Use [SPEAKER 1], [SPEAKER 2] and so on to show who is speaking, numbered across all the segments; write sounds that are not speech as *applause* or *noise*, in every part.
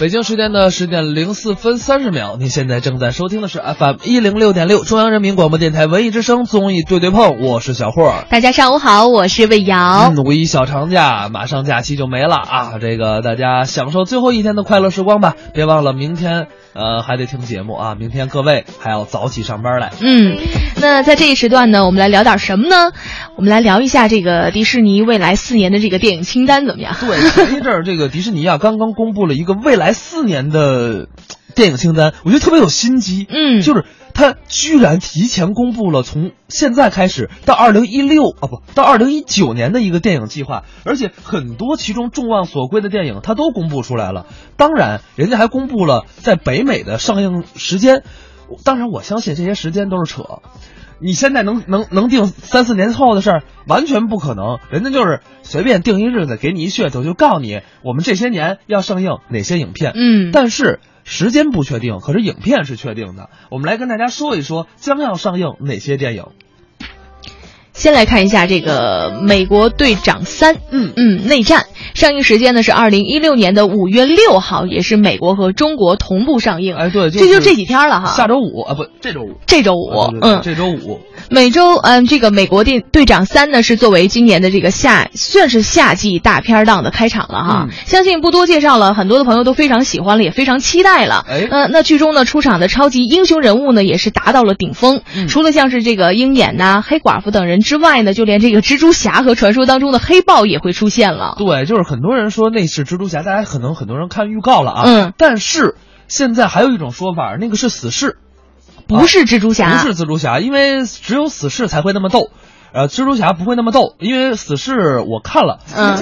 [SPEAKER 1] 北京时间的十点零四分三十秒，您现在正在收听的是 FM 一零六点六中央人民广播电台文艺之声综艺对对碰，我是小霍。
[SPEAKER 2] 大家上午好，我是魏瑶。
[SPEAKER 1] 嗯，五一小长假马上假期就没了啊，这个大家享受最后一天的快乐时光吧，别忘了明天呃还得听节目啊，明天各位还要早起上班来。
[SPEAKER 2] 嗯，那在这一时段呢，我们来聊点什么呢？我们来聊一下这个迪士尼未来四年的这个电影清单怎么样？
[SPEAKER 1] 对，前一阵儿这个迪士尼啊刚刚公布了一个未来四年的电影清单，我觉得特别有心机。
[SPEAKER 2] 嗯
[SPEAKER 1] 就是他居然提前公布了从现在开始到二零一六啊不到二零一九年的一个电影计划，而且很多其中众望所归的电影他都公布出来了。当然，人家还公布了在北美的上映时间。当然，我相信这些时间都是扯。你现在能能能定三四年后的事儿，完全不可能。人家就是随便定一日子，给你一噱头，就告诉你我们这些年要上映哪些影片。
[SPEAKER 2] 嗯，
[SPEAKER 1] 但是时间不确定，可是影片是确定的。我们来跟大家说一说将要上映哪些电影。
[SPEAKER 2] 先来看一下这个《美国队长三》。
[SPEAKER 1] 嗯
[SPEAKER 2] 嗯，内战上映时间呢是二零一六年的五月六号，也是美国和中国同步上映。
[SPEAKER 1] 哎，对，
[SPEAKER 2] 这
[SPEAKER 1] 就
[SPEAKER 2] 就这几天了哈。
[SPEAKER 1] 下周五啊，不，这周五。
[SPEAKER 2] 这周五，
[SPEAKER 1] 啊对对对
[SPEAKER 2] 嗯，
[SPEAKER 1] 这周五，
[SPEAKER 2] 每周，嗯，这个美国电队长三呢是作为今年的这个夏，算是夏季大片档的开场了哈。
[SPEAKER 1] 嗯
[SPEAKER 2] 相信不多介绍了，很多的朋友都非常喜欢了，也非常期待了。
[SPEAKER 1] 哎
[SPEAKER 2] 呃，那剧中呢出场的超级英雄人物呢也是达到了顶峰，
[SPEAKER 1] 嗯
[SPEAKER 2] 除了像是这个鹰眼呐、黑寡妇等人之外呢，就连这个蜘蛛侠和传说当中的黑豹也会出现了。
[SPEAKER 1] 对，就是很多人说那是蜘蛛侠，大家可能很多人看预告了啊。
[SPEAKER 2] 嗯，
[SPEAKER 1] 但是现在还有一种说法，那个是死侍，
[SPEAKER 2] 不是蜘蛛侠，
[SPEAKER 1] 不是蜘蛛侠，因为只有死侍才会那么逗，呃，蜘蛛侠不会那么逗，因为死侍我看了，
[SPEAKER 2] 嗯，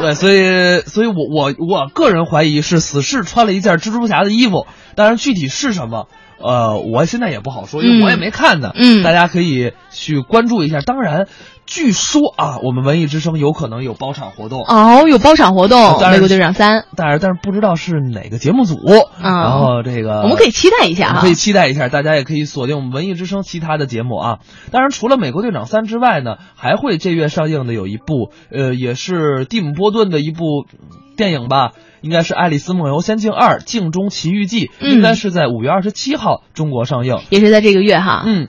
[SPEAKER 1] 对，所以，所以我我我个人怀疑是死侍穿了一件蜘蛛侠的衣服，当然具体是什么，呃，我现在也不好说，因为我也没看呢。
[SPEAKER 2] 嗯嗯
[SPEAKER 1] 大家可以去关注一下。当然，据说啊，我们文艺之声有可能有包场活动，
[SPEAKER 2] 哦，有包场活动，
[SPEAKER 1] 当然
[SPEAKER 2] 《美国队长三》，
[SPEAKER 1] 但是但是不知道是哪个节目组，
[SPEAKER 2] 啊
[SPEAKER 1] 然后这个
[SPEAKER 2] 我们可以期待一下啊
[SPEAKER 1] 我们
[SPEAKER 2] 哈
[SPEAKER 1] 可。以期待一下，大家也可以锁定我们文艺之声其他的节目啊。当然，除了《美国队长三》之外呢，还会这月上映的有一部，呃，也是蒂姆·波顿的一部电影吧，应该是《爱丽丝梦游仙境二：镜中奇遇记》，
[SPEAKER 2] 嗯
[SPEAKER 1] 应该是在五月二十七号中国上映。
[SPEAKER 2] 也是在这个月哈，
[SPEAKER 1] 嗯。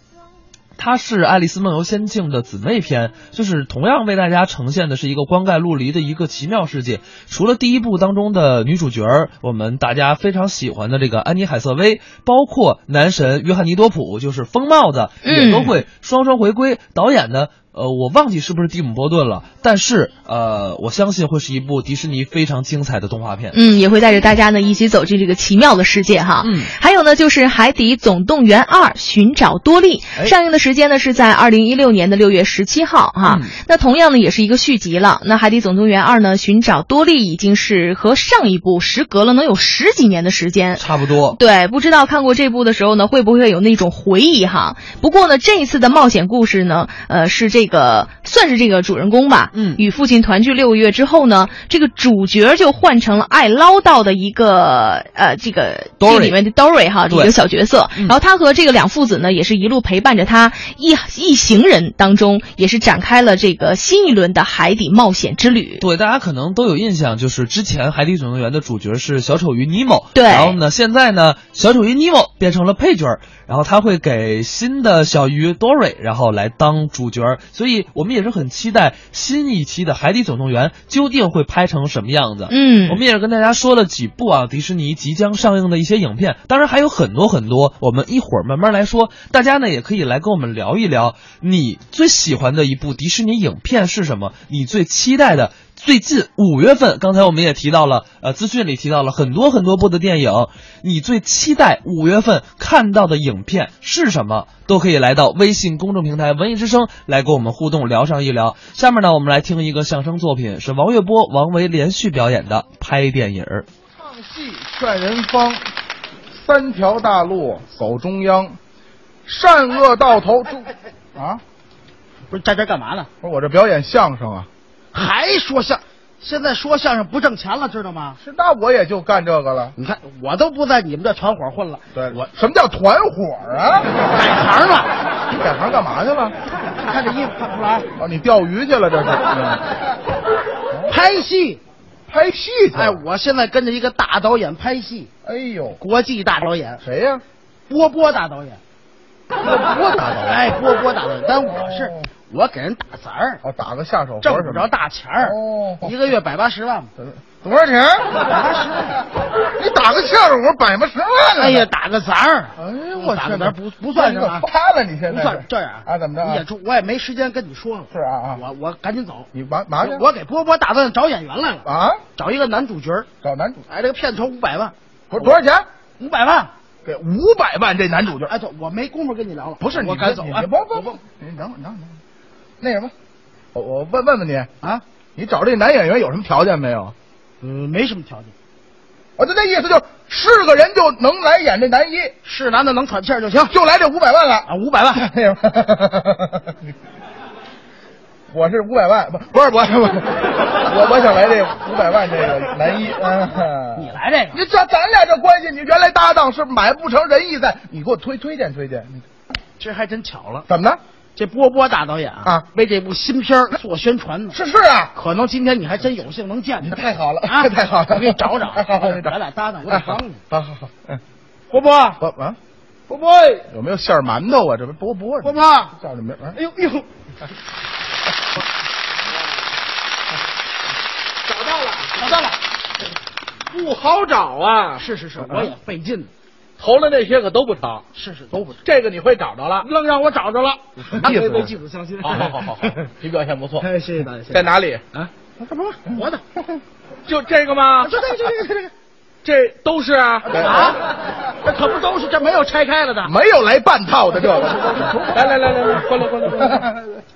[SPEAKER 1] 它是《爱丽丝梦游仙境》的姊妹篇，就是同样为大家呈现的是一个光怪陆离的一个奇妙世界。除了第一部当中的女主角儿，我们大家非常喜欢的这个安妮海瑟薇，包括男神约翰尼多普，就是疯帽子，也
[SPEAKER 2] 嗯
[SPEAKER 1] 都会双双回归。导演呢，呃，我忘记是不是蒂姆·波顿了，但是呃，我相信会是一部迪士尼非常精彩的动画片。
[SPEAKER 2] 嗯，也会带着大家呢一起走进这个奇妙的世界哈。
[SPEAKER 1] 嗯
[SPEAKER 2] 还有呢，就是《海底总动员二：寻找多利
[SPEAKER 1] 哎》
[SPEAKER 2] 上映的时间呢是在二零一六年的六月十七号哈。
[SPEAKER 1] 嗯
[SPEAKER 2] 那同样呢也是一个续集了。那《海底总动员二》呢，寻找多利已经是和上一部时隔了能有十几年的时间。
[SPEAKER 1] 差不多。
[SPEAKER 2] 对，不知道看过这部的时候呢，会不会有那种回忆哈？不过呢，这一次的冒险故事呢，呃，是这个算是这个主人公吧，
[SPEAKER 1] 嗯
[SPEAKER 2] 与父亲团聚六个月之后呢，这个主角就换成了爱唠叨的一个呃，这个
[SPEAKER 1] Dory
[SPEAKER 2] 剧里面的 Dory 哈，
[SPEAKER 1] 对
[SPEAKER 2] 这个小角色。
[SPEAKER 1] 嗯
[SPEAKER 2] 然后他和这个两父子呢，也是一路陪伴着他一一行人当中，也是展开了这个新一轮的海底冒险之旅。
[SPEAKER 1] 对，大家可能都有印象，就是之前《海底总动员》的主角是小丑鱼尼莫，
[SPEAKER 2] 对
[SPEAKER 1] 然后呢，现在呢，小丑鱼尼莫变成了配角儿，然后他会给新的小鱼 Dory，然后来当主角儿，所以我们也是很期待新一期的《海底总动员》究竟会拍成什么样子。
[SPEAKER 2] 嗯，
[SPEAKER 1] 我们也是跟大家说了几部啊，迪士尼即将上映的一些影片，当然还有很多很多，我们一会儿慢慢来说。大家呢也可以来跟我们聊一聊，你最喜欢的一部迪士尼影片是什么？你最期待的？最近五月份，刚才我们也提到了，呃，资讯里提到了很多很多部的电影，你最期待五月份看到的影片是什么？都可以来到微信公众平台“文艺之声”来跟我们互动聊上一聊。下面呢，我们来听一个相声作品，是王月波、王维连续表演的《拍电影儿》。
[SPEAKER 3] 唱戏劝人方，三条大路走中央，善恶到头终。啊，
[SPEAKER 4] 不是在这儿干嘛呢？
[SPEAKER 3] 不是我这表演相声啊，
[SPEAKER 4] 还说相，现在说相声不挣钱了，知道吗？
[SPEAKER 3] 是那我也就干这个了。
[SPEAKER 4] 你看我都不在你们这团伙混了，
[SPEAKER 3] 对，
[SPEAKER 4] 我
[SPEAKER 3] 什么叫团伙啊？
[SPEAKER 4] 改行了。
[SPEAKER 3] 你改行干嘛去了？
[SPEAKER 4] 你看这衣服看不出来，
[SPEAKER 3] 哦，你钓鱼去了这是？
[SPEAKER 4] 拍戏，
[SPEAKER 3] 嗯拍戏去了。
[SPEAKER 4] 哎，我现在跟着一个大导演拍戏，
[SPEAKER 3] 哎呦，
[SPEAKER 4] 国际大导演
[SPEAKER 3] 谁呀、
[SPEAKER 4] 波波大导演。
[SPEAKER 3] 波波大导演
[SPEAKER 4] 哎，波波大导演，但我是
[SPEAKER 3] 哦
[SPEAKER 4] 我给人打杂儿，
[SPEAKER 3] 哦，打个下手
[SPEAKER 4] 挣
[SPEAKER 3] 活
[SPEAKER 4] 不
[SPEAKER 3] 什么
[SPEAKER 4] 着大钱儿
[SPEAKER 3] 哦，
[SPEAKER 4] 一个月百八十万嘛。
[SPEAKER 3] 多少钱？打十万，你打个下手活百八十万了。
[SPEAKER 4] 哎呀，，打个杂儿，
[SPEAKER 3] 哎呀，我
[SPEAKER 4] 嗯打
[SPEAKER 3] 去
[SPEAKER 4] 个杂
[SPEAKER 3] 哪
[SPEAKER 4] 儿不不算什么啊，
[SPEAKER 3] 趴了你现在
[SPEAKER 4] 不
[SPEAKER 3] 是
[SPEAKER 4] 算这样
[SPEAKER 3] 啊？怎么着啊？
[SPEAKER 4] 你演出我也没时间跟你说了，
[SPEAKER 3] 是啊啊
[SPEAKER 4] 我我赶紧走，
[SPEAKER 3] 你忙忙去
[SPEAKER 4] 啊我给波波打算找演员来了，
[SPEAKER 3] 啊，
[SPEAKER 4] 找一个男主角儿，
[SPEAKER 3] 找男主
[SPEAKER 4] 哎，这个片酬五百万，
[SPEAKER 3] 不是多少钱？
[SPEAKER 4] 五百万。
[SPEAKER 3] 给五百万这男主角。
[SPEAKER 4] 哎，对，我没工夫跟你聊了，
[SPEAKER 3] 不是你
[SPEAKER 4] 我赶走
[SPEAKER 3] 你
[SPEAKER 4] 啊，
[SPEAKER 3] 你不
[SPEAKER 4] 我
[SPEAKER 3] 不
[SPEAKER 4] 不
[SPEAKER 3] 不，你等会儿等会儿等会儿，那什么，我我问问问你，
[SPEAKER 4] 啊，
[SPEAKER 3] 你找这男演员有什么条件没有？
[SPEAKER 4] 嗯，没什么条件，
[SPEAKER 3] 我就那意思就是是个人就能来演这男一，
[SPEAKER 4] 是男的能喘气儿就行
[SPEAKER 3] 就来这五百万了。
[SPEAKER 4] 啊，五百万。
[SPEAKER 3] 哎呦，我是五百万，不不是不是不是， *laughs* 我我想来这五百万这个男一，嗯，
[SPEAKER 4] 你来这个
[SPEAKER 3] 你这咱俩这关系，你原来搭档是买不成仁义在，你给我推推荐推荐，
[SPEAKER 4] 这还真巧了，
[SPEAKER 3] 怎么的？
[SPEAKER 4] 这波波大导演
[SPEAKER 3] 啊
[SPEAKER 4] 为这部新片儿做宣传呢。
[SPEAKER 3] 是是啊，
[SPEAKER 4] 可能今天你还真有幸能见
[SPEAKER 3] 你
[SPEAKER 4] 他，
[SPEAKER 3] 太好了，
[SPEAKER 4] 啊！
[SPEAKER 3] 太好了，
[SPEAKER 4] 我给你找找，
[SPEAKER 3] *laughs* 好好好，
[SPEAKER 4] 咱俩搭档，我得帮你。
[SPEAKER 3] 好好好，嗯，
[SPEAKER 4] 波波，
[SPEAKER 3] 我啊，
[SPEAKER 4] 波波，
[SPEAKER 3] 有没有馅儿馒头啊？这不波波，
[SPEAKER 4] 波波，哎
[SPEAKER 3] 叫什么名儿？哎
[SPEAKER 4] 呦哎呦， *laughs* 找到了，找到了，
[SPEAKER 5] 不好找啊！
[SPEAKER 4] 是是是，我也费劲了，
[SPEAKER 5] 投了那些可都不成，
[SPEAKER 4] 是是都不是，
[SPEAKER 5] 这个你会找着了。
[SPEAKER 4] 愣让我找着了，
[SPEAKER 5] 什么意思
[SPEAKER 4] 被剧组相
[SPEAKER 3] 啊 *laughs*
[SPEAKER 4] 信。
[SPEAKER 5] 好好好好好，你表现不错。
[SPEAKER 4] *laughs* 哎，谢谢大家，谢谢
[SPEAKER 5] 在哪里？
[SPEAKER 4] 啊？这不是活 *laughs* 的，
[SPEAKER 5] 就这个吗？
[SPEAKER 4] 这这这这
[SPEAKER 5] 这都是啊。
[SPEAKER 4] 这啊，这可不都是这没有拆开了的。
[SPEAKER 3] 没有来半套的这 *laughs* 个，
[SPEAKER 5] 来来来来来，过来过来过来，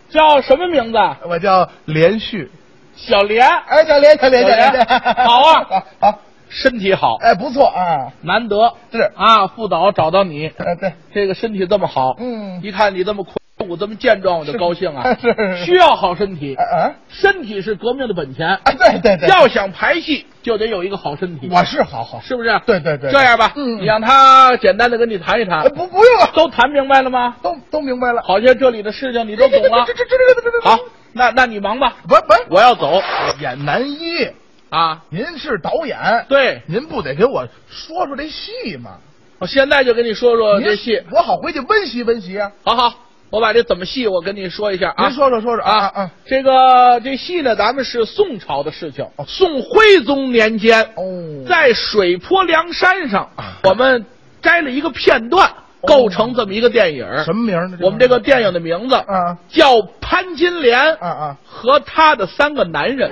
[SPEAKER 5] 叫什么名字？
[SPEAKER 3] *laughs* 我叫连续。
[SPEAKER 5] 小莲，
[SPEAKER 3] 哎，小连，小连，小
[SPEAKER 5] 小
[SPEAKER 3] 连，
[SPEAKER 5] 连好啊
[SPEAKER 3] 好 *laughs* 好，
[SPEAKER 5] 身体好，
[SPEAKER 3] 哎，不错啊，
[SPEAKER 5] 难得
[SPEAKER 3] 是
[SPEAKER 5] 啊，副导找到你，
[SPEAKER 3] 哎，对，
[SPEAKER 5] 这个身体这么好，
[SPEAKER 3] 嗯
[SPEAKER 5] 一看你这么魁梧，这么健壮，我就高兴
[SPEAKER 3] *laughs*
[SPEAKER 5] 啊。
[SPEAKER 3] 是是是
[SPEAKER 5] 需要好身体
[SPEAKER 3] 啊，啊，
[SPEAKER 5] 身体是革命的本钱。
[SPEAKER 3] 哎，对对对，
[SPEAKER 5] 要想排戏，就得有一个好身体。
[SPEAKER 3] 我是好好，
[SPEAKER 5] 是不是？
[SPEAKER 3] 对对对嗯
[SPEAKER 5] 这样吧，你让他简单的跟你谈一谈
[SPEAKER 3] 哎，，不不用了，
[SPEAKER 5] 都谈明白了吗？
[SPEAKER 3] 都都明白了，
[SPEAKER 5] 好些这里的事情你都懂了
[SPEAKER 3] 这。这这这这这这，
[SPEAKER 5] 好，那那你忙吧，
[SPEAKER 3] 不不，
[SPEAKER 5] 我要走
[SPEAKER 3] 演男一，
[SPEAKER 5] 啊。
[SPEAKER 3] 您是导演，
[SPEAKER 5] 对，
[SPEAKER 3] 您不得给我说说这戏吗？
[SPEAKER 5] 我现在就跟你说说
[SPEAKER 3] 您
[SPEAKER 5] 呃这戏。
[SPEAKER 3] 我好回去温习温习啊。
[SPEAKER 5] 好好，我把这怎么戏我跟你说一下啊。
[SPEAKER 3] 您说说说说啊啊，
[SPEAKER 5] 这个这戏呢，咱们是宋朝的事情
[SPEAKER 3] 哦，
[SPEAKER 5] 宋徽宗年间，
[SPEAKER 3] 哦
[SPEAKER 5] 在水泊梁山上
[SPEAKER 3] 啊，
[SPEAKER 5] 我们摘了一个片段，
[SPEAKER 3] 哦
[SPEAKER 5] 构成这么一个电影。
[SPEAKER 3] 什么名儿呢？
[SPEAKER 5] 我们这个电影的名字
[SPEAKER 3] 啊
[SPEAKER 5] 叫《潘金莲
[SPEAKER 3] 啊》啊，
[SPEAKER 5] 和她的三个男人。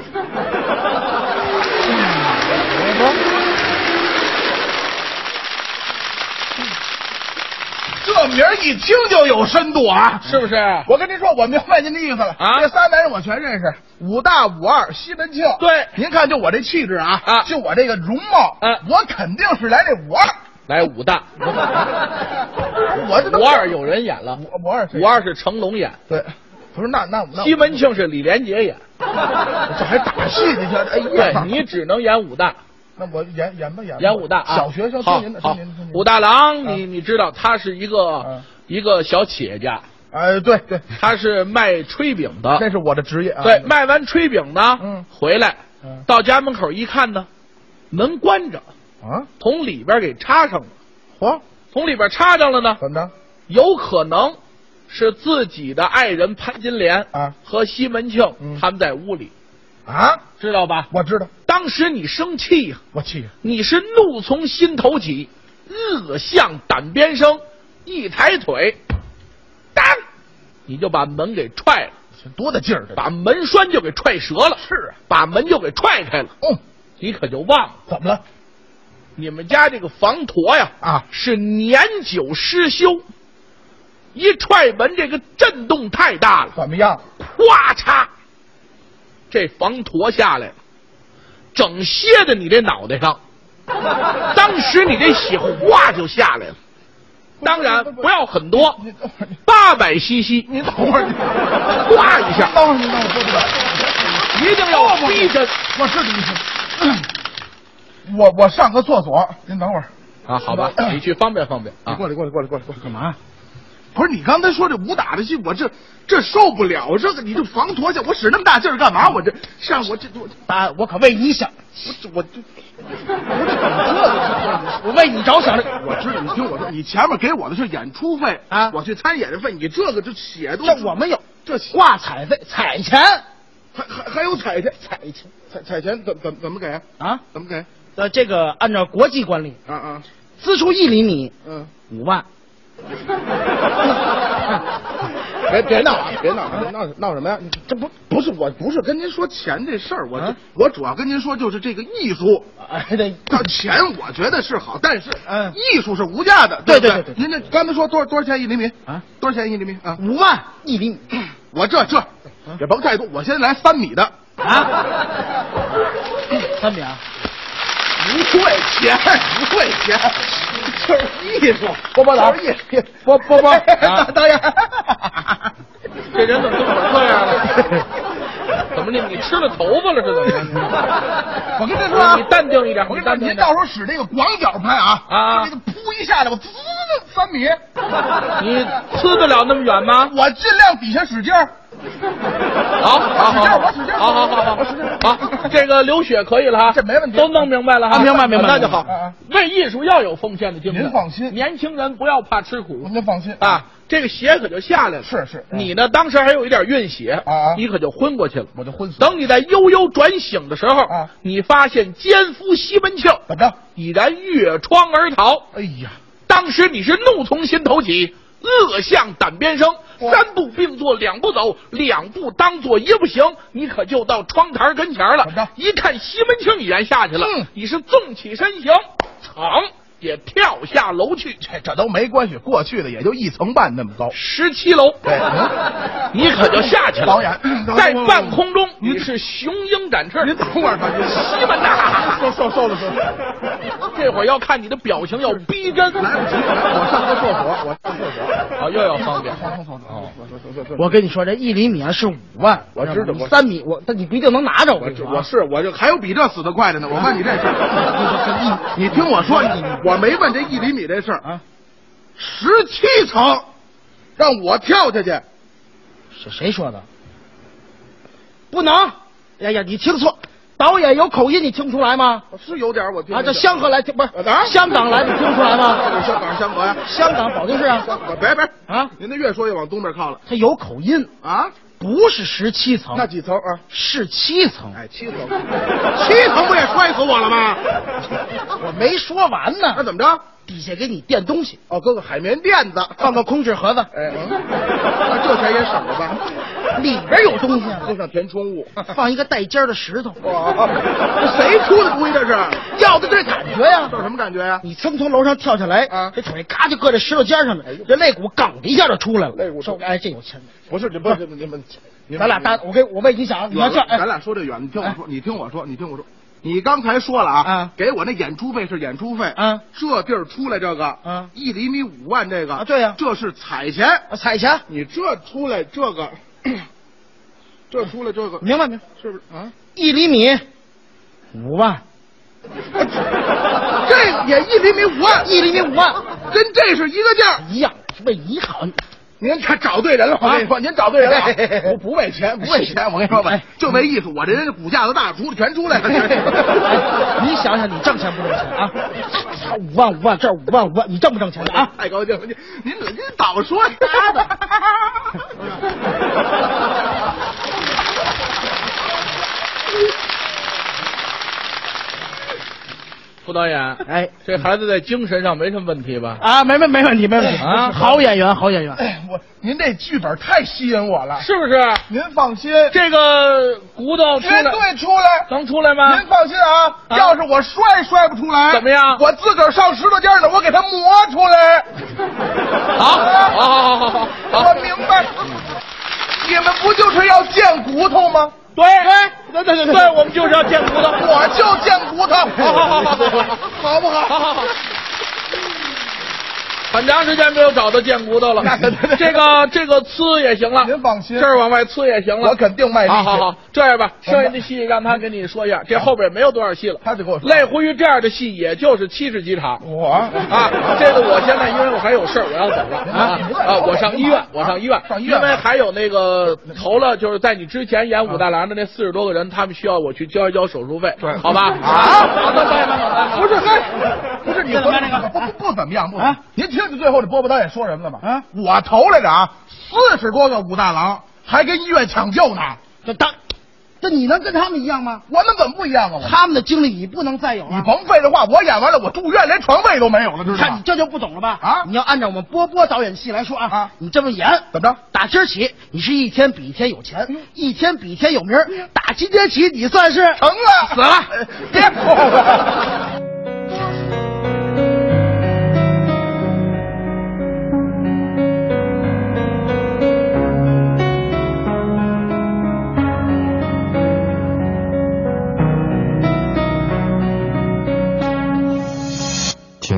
[SPEAKER 3] 这名儿一听就有深度啊，
[SPEAKER 5] 是不是
[SPEAKER 3] 我跟您说，我明白您的意思了
[SPEAKER 5] 啊
[SPEAKER 3] 这仨男人我全认识，武大、武二、西门庆。
[SPEAKER 5] 对
[SPEAKER 3] *laughs* 您看就我这气质啊，
[SPEAKER 5] 啊
[SPEAKER 3] 就我这个容貌，
[SPEAKER 5] 啊
[SPEAKER 3] 我肯定是来这武
[SPEAKER 5] *laughs*
[SPEAKER 3] 二。
[SPEAKER 5] 来武大，
[SPEAKER 3] *laughs* 我这都
[SPEAKER 5] 武二有人演了，
[SPEAKER 3] 武武二谁
[SPEAKER 5] 武二是成龙演，
[SPEAKER 3] 对，不是那那那
[SPEAKER 5] 西门庆是李连杰演。
[SPEAKER 3] 这还打戏呢，这哎
[SPEAKER 5] 对
[SPEAKER 3] 呀，
[SPEAKER 5] 你只能演武
[SPEAKER 3] *laughs*
[SPEAKER 5] 大，
[SPEAKER 3] 那我演演吧演吧
[SPEAKER 5] 演武大啊。
[SPEAKER 3] 小学生听
[SPEAKER 5] 好
[SPEAKER 3] 您的，听
[SPEAKER 5] 好
[SPEAKER 3] 您的，听您，的
[SPEAKER 5] 武大郎，
[SPEAKER 3] 啊
[SPEAKER 5] 你你知道他是一个
[SPEAKER 3] 啊
[SPEAKER 5] 一个小企业家，
[SPEAKER 3] 哎对对，
[SPEAKER 5] 他是卖炊饼的。
[SPEAKER 3] 这是我的职业啊，
[SPEAKER 5] 对，卖完炊饼呢，
[SPEAKER 3] 嗯
[SPEAKER 5] 回来
[SPEAKER 3] 嗯
[SPEAKER 5] 到家门口一看呢，门关着，
[SPEAKER 3] 啊，
[SPEAKER 5] 从里边给插上了，
[SPEAKER 3] 嚯，
[SPEAKER 5] 从里边插上了呢，
[SPEAKER 3] 怎么着？
[SPEAKER 5] 有可能是自己的爱人潘金莲
[SPEAKER 3] 啊
[SPEAKER 5] 和西门庆、
[SPEAKER 3] 嗯
[SPEAKER 5] 他们在屋里，
[SPEAKER 3] 啊，
[SPEAKER 5] 知道吧？
[SPEAKER 3] 我知道，
[SPEAKER 5] 当时你生气呀，
[SPEAKER 3] 我气，
[SPEAKER 5] 你是怒从心头起，恶向胆边生，一抬腿，当，你就把门给踹了，
[SPEAKER 3] 多大劲儿这
[SPEAKER 5] 把门栓就给踹折了，是啊，把门就给踹开了，
[SPEAKER 3] 嗯，
[SPEAKER 5] 你可就忘了。
[SPEAKER 3] 怎么了？
[SPEAKER 5] 你们家这个防坨呀，
[SPEAKER 3] 啊
[SPEAKER 5] 是年久失修，一踹门这个震动太大了，
[SPEAKER 3] 怎么样？
[SPEAKER 5] 咵嚓，这防坨下来了，整歇在你这脑袋上，当时你这血哗就下来了。当然
[SPEAKER 3] 不不不
[SPEAKER 5] 不要很多
[SPEAKER 3] 你等会儿你，
[SPEAKER 5] 八百 cc，
[SPEAKER 3] 你等会儿，你
[SPEAKER 5] 哗一下
[SPEAKER 3] 等会儿，你等会儿，
[SPEAKER 5] 一定要逼真
[SPEAKER 3] 我知道你是，我我上个厕所，您等会儿，
[SPEAKER 5] 啊！好吧，你去方便方便
[SPEAKER 3] 你
[SPEAKER 5] 啊。
[SPEAKER 3] 过来，过来，过来，过来，过来，干
[SPEAKER 4] 嘛？
[SPEAKER 3] 不是你刚才说这武打的戏，我这这受不了，这个你这防脱下，我使那么大劲儿干嘛？我这上我这我
[SPEAKER 4] 啊大，我可为你想，
[SPEAKER 3] 我我这我这怎么这？我为你着想，我知道你听我说，
[SPEAKER 5] 你前面给我的是演出费
[SPEAKER 4] 啊
[SPEAKER 5] 我去参演费，你这个这写都
[SPEAKER 4] 这我们有
[SPEAKER 5] 这
[SPEAKER 4] 挂彩费、彩钱
[SPEAKER 5] 还还还有彩钱，彩钱彩彩钱怎怎怎么给？
[SPEAKER 4] 啊。
[SPEAKER 5] 怎么给？
[SPEAKER 4] 呃，这个按照国际惯例，
[SPEAKER 5] 啊啊
[SPEAKER 4] 支出一厘米
[SPEAKER 5] 嗯，
[SPEAKER 4] 五万。
[SPEAKER 5] *laughs* 别别闹啊！别闹啊，闹闹什么呀？这不不是我，不是跟您说钱这事儿，我、
[SPEAKER 4] 啊
[SPEAKER 5] 我主要跟您说就是这个艺术。
[SPEAKER 4] 哎，对，
[SPEAKER 5] 要钱我觉得是好，但是
[SPEAKER 4] 嗯
[SPEAKER 5] 艺术是无价的，
[SPEAKER 4] 对
[SPEAKER 5] 不
[SPEAKER 4] 对对对
[SPEAKER 5] 您这刚才说多少多少钱一厘米
[SPEAKER 4] 啊？
[SPEAKER 5] 多少钱一厘米啊？
[SPEAKER 4] 五万一厘米
[SPEAKER 5] 我这这也甭太多，我先来三米的，
[SPEAKER 4] 啊。三米啊，
[SPEAKER 5] *laughs* 不会钱，不会钱，就是艺术，
[SPEAKER 4] 波啊波啊导
[SPEAKER 5] 就是艺术，波波 *laughs* 波，导演，这人怎么
[SPEAKER 3] *laughs*
[SPEAKER 5] 跟我这样
[SPEAKER 3] 啊
[SPEAKER 5] 了？ *laughs* 怎么你你吃了头发了是怎么？ *laughs*
[SPEAKER 3] 我跟您说啊
[SPEAKER 5] 你淡定一点，
[SPEAKER 3] 我跟你
[SPEAKER 5] 你
[SPEAKER 3] 说，
[SPEAKER 5] 淡定一
[SPEAKER 3] 您
[SPEAKER 5] 点
[SPEAKER 3] 到时。候使这个广角拍啊
[SPEAKER 5] 啊
[SPEAKER 3] 这个扑一下来，我滋三米，
[SPEAKER 5] 你呲得了那么远吗？
[SPEAKER 3] 我尽量底下使劲儿。
[SPEAKER 5] 好，好，好，好，好，好，好，好，好，这个流血可以了哈，
[SPEAKER 3] 这没问题
[SPEAKER 5] 都弄明白了哈，
[SPEAKER 3] 啊明白明白
[SPEAKER 5] 那就好
[SPEAKER 3] 明白啊。
[SPEAKER 5] 为艺术要有奉献的精神，
[SPEAKER 3] 您放心
[SPEAKER 5] 年轻人不要怕吃苦
[SPEAKER 3] 您放心
[SPEAKER 5] 啊，这个鞋可就下来了。
[SPEAKER 3] 是是嗯
[SPEAKER 5] 你呢？当时还有一点晕血
[SPEAKER 3] 啊啊
[SPEAKER 5] 你可就昏过去了。
[SPEAKER 3] 我就昏死了
[SPEAKER 5] 等你在悠悠转醒的时候
[SPEAKER 3] 啊哎
[SPEAKER 5] 你发现奸夫西门庆
[SPEAKER 3] 怎么着？
[SPEAKER 5] 已然越窗而逃。
[SPEAKER 3] 哎呀，
[SPEAKER 5] 当时你是怒从心头起，恶向胆边生，
[SPEAKER 3] 哇
[SPEAKER 5] 三步并作两步走，两步当做一步行，你可就到窗台跟前了
[SPEAKER 3] 怎么着。
[SPEAKER 5] 一看西门庆已然下去了，
[SPEAKER 3] 嗯
[SPEAKER 5] 你是纵起身形，噌也跳下楼去。
[SPEAKER 3] 这这都没关系，过去的也就一层半那么高。
[SPEAKER 5] 十七楼，你可就下去了。
[SPEAKER 3] 导演嗯等会儿
[SPEAKER 5] 在半空中，
[SPEAKER 3] 您
[SPEAKER 5] 你是雄鹰展翅。
[SPEAKER 3] 您等会儿吧，您
[SPEAKER 5] 西门呐，
[SPEAKER 3] 受受受了受了，
[SPEAKER 5] 这会儿要看你的表情要逼
[SPEAKER 3] 来
[SPEAKER 5] 真。
[SPEAKER 3] 不及，我上个厕所，我上厕所。
[SPEAKER 5] 啊，又要方便。
[SPEAKER 4] 我跟你说，这一厘米啊是五万，
[SPEAKER 5] 我知道
[SPEAKER 4] 你
[SPEAKER 5] 我
[SPEAKER 4] 三米，我但你不一定能拿着。我
[SPEAKER 5] 我
[SPEAKER 4] 跟你
[SPEAKER 5] 这
[SPEAKER 4] 说啊
[SPEAKER 5] 我是我就还有比这死的快的呢。我问你这事
[SPEAKER 3] *laughs*
[SPEAKER 5] 儿，
[SPEAKER 4] 这
[SPEAKER 5] 你听我说，我没问这一厘米这事儿
[SPEAKER 4] 啊。
[SPEAKER 5] 十七层，让我跳下去，
[SPEAKER 4] 是谁说的？不能！哎呀，你听错，导演有口音，你听不出来吗？
[SPEAKER 5] 是有点儿我听
[SPEAKER 4] 啊，
[SPEAKER 5] 着
[SPEAKER 4] 这香河来听不是
[SPEAKER 5] 啊
[SPEAKER 4] 香港来的，听不出来吗？
[SPEAKER 5] 香港香港呀，
[SPEAKER 4] 香港保定市啊，
[SPEAKER 5] 香港别别
[SPEAKER 4] 啊
[SPEAKER 5] 您这越说越往东边靠了
[SPEAKER 4] 它有口音，
[SPEAKER 5] 啊。
[SPEAKER 4] 不是十七层，
[SPEAKER 5] 那几层啊？
[SPEAKER 4] 是七层。
[SPEAKER 5] 哎，七层，七层不也摔死我了吗？
[SPEAKER 4] 我没说完
[SPEAKER 5] 那
[SPEAKER 4] 呢，
[SPEAKER 5] 怎么着？
[SPEAKER 4] 底下给你垫东西，
[SPEAKER 5] 哦，搁个海绵垫子，
[SPEAKER 4] 放到空纸盒子，
[SPEAKER 5] 哎，嗯那这钱也省了吧？
[SPEAKER 4] 里边有东西啊，
[SPEAKER 5] 就像填充物。
[SPEAKER 4] 放一个带尖儿的石头，
[SPEAKER 5] 哇，哦这谁出的主意这是？
[SPEAKER 4] 要的这感觉呀。
[SPEAKER 5] 这什么感觉呀、
[SPEAKER 4] 你噌从楼上跳下来，
[SPEAKER 5] 啊哎
[SPEAKER 4] 这腿咔就硌在石头尖上了，这肋骨梗的一下就出来了。
[SPEAKER 5] 肋骨
[SPEAKER 4] 说哎，这有钱
[SPEAKER 5] 不是，这不是你们，你们
[SPEAKER 4] 咱俩搭，我跟我为你想，你要
[SPEAKER 5] 远
[SPEAKER 4] 这，
[SPEAKER 5] 了，
[SPEAKER 4] 哎
[SPEAKER 5] 咱俩说这远，你听我说，你听我说，你听我说。你刚才说了啊，
[SPEAKER 4] 啊
[SPEAKER 5] 给我那演出费是演出费，
[SPEAKER 4] 啊，
[SPEAKER 5] 这地儿出来这个，
[SPEAKER 4] 啊
[SPEAKER 5] 一厘米五万这个，
[SPEAKER 4] 啊对呀
[SPEAKER 5] 这是彩钱，
[SPEAKER 4] 啊彩钱，
[SPEAKER 5] 你这出来这个，这出来这个，
[SPEAKER 4] 明白明白，
[SPEAKER 5] 是不是
[SPEAKER 4] *laughs*
[SPEAKER 5] 啊？
[SPEAKER 4] 一厘米五万，
[SPEAKER 5] 这个也一厘米五万，
[SPEAKER 4] 一厘米五万
[SPEAKER 5] 跟这是一个价儿。
[SPEAKER 4] 一样，为你好，
[SPEAKER 5] 您可找对人了，我跟你说，您找对人了，我不为钱，不为钱，我跟你说吧
[SPEAKER 4] 哎，
[SPEAKER 5] 就为艺术，我这人骨架子大，出全出来
[SPEAKER 4] *laughs*
[SPEAKER 5] 了。*laughs*
[SPEAKER 4] 哎你想想你挣钱不挣钱啊？操五万五万，这五万五万，你挣不挣钱的啊？
[SPEAKER 5] 太高兴了，您您您早说啥呢？副导演，
[SPEAKER 4] 哎
[SPEAKER 5] 这孩子在精神上没什么问题吧？
[SPEAKER 4] 啊，没没没问题没问题
[SPEAKER 5] 啊
[SPEAKER 4] 好演员好演员，
[SPEAKER 5] *laughs*
[SPEAKER 3] 哎，我您这剧本太吸引我了，
[SPEAKER 5] 是不是？
[SPEAKER 3] 您放心，
[SPEAKER 5] 这个骨头出
[SPEAKER 3] 绝
[SPEAKER 5] 来
[SPEAKER 3] 哎对出来。
[SPEAKER 5] 能出来吗
[SPEAKER 3] 您？放心啊，
[SPEAKER 5] 啊
[SPEAKER 3] 要是我摔摔不出来，
[SPEAKER 5] 怎么样
[SPEAKER 3] 我自个儿上石头尖儿呢，我给它磨出来。啊 *laughs*
[SPEAKER 5] 好，好，好，好，好，好，
[SPEAKER 3] 我明白。你们不就是要见骨头吗？
[SPEAKER 5] 对对对对对，我们就是要见骨头。
[SPEAKER 3] 哎 *laughs* 我 *laughs* 就见骨头。好
[SPEAKER 5] 好好好好好好
[SPEAKER 3] 好不好？。
[SPEAKER 5] 好好好。很长时间没有找到贱骨头了
[SPEAKER 3] *laughs*
[SPEAKER 5] 这个这个呲也行了，
[SPEAKER 3] 您放心
[SPEAKER 5] 这儿往外呲也行了。
[SPEAKER 3] 我肯定卖力气
[SPEAKER 5] 好好好，这样吧，
[SPEAKER 3] 我卖
[SPEAKER 5] 剩下的戏让他给你说一下，这后边没有多少戏了。
[SPEAKER 3] 他得给我说
[SPEAKER 5] 类乎于这样的戏，也就是七十几场。
[SPEAKER 3] 我
[SPEAKER 5] 啊，这个我现在因为我还有事儿，我要走了啊啊！我上医院，我上医院，
[SPEAKER 3] 上医院
[SPEAKER 5] 因为还有那个投了，就是在你之前演武大郎的那四十多个人，他们需要我去交一交手术费，
[SPEAKER 3] 对
[SPEAKER 5] 好吧？
[SPEAKER 3] 啊
[SPEAKER 5] 好的，导演导演
[SPEAKER 3] 不是，哎嗨，不是你
[SPEAKER 4] 怎么样那个
[SPEAKER 3] 不不不怎么样，不
[SPEAKER 4] 啊！
[SPEAKER 3] 您听听最后这波波导演说什么了吗？
[SPEAKER 4] 啊
[SPEAKER 3] 我投来着啊，四十多个武大郎还跟医院抢救呢，
[SPEAKER 4] 这当，这你能跟他们一样吗？
[SPEAKER 3] 我们怎么不一样啊？我
[SPEAKER 4] 他们的经历你不能再有啊
[SPEAKER 3] 你
[SPEAKER 4] 了。
[SPEAKER 3] 甭废的话，我演完了，我住院连床位都没有了，知道
[SPEAKER 4] 看
[SPEAKER 3] 吗
[SPEAKER 4] 你？这就不懂了吧？
[SPEAKER 3] 啊
[SPEAKER 4] 你要按照我们波波导演的戏来说啊，
[SPEAKER 3] 啊
[SPEAKER 4] 你这么演
[SPEAKER 3] 怎么着？嗯
[SPEAKER 4] 打今儿起，你是一天比一天有钱，一天比一天有名儿。打今天起，你算是
[SPEAKER 3] 成了，
[SPEAKER 4] 死了
[SPEAKER 3] 呃，别哭了。
[SPEAKER 6] 简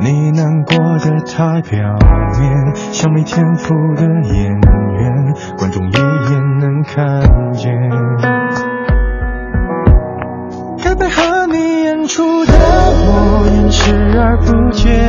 [SPEAKER 6] 你难过的太表面，像没天赋的演员，观众一眼能看见。该配合你演出的我演视而不见，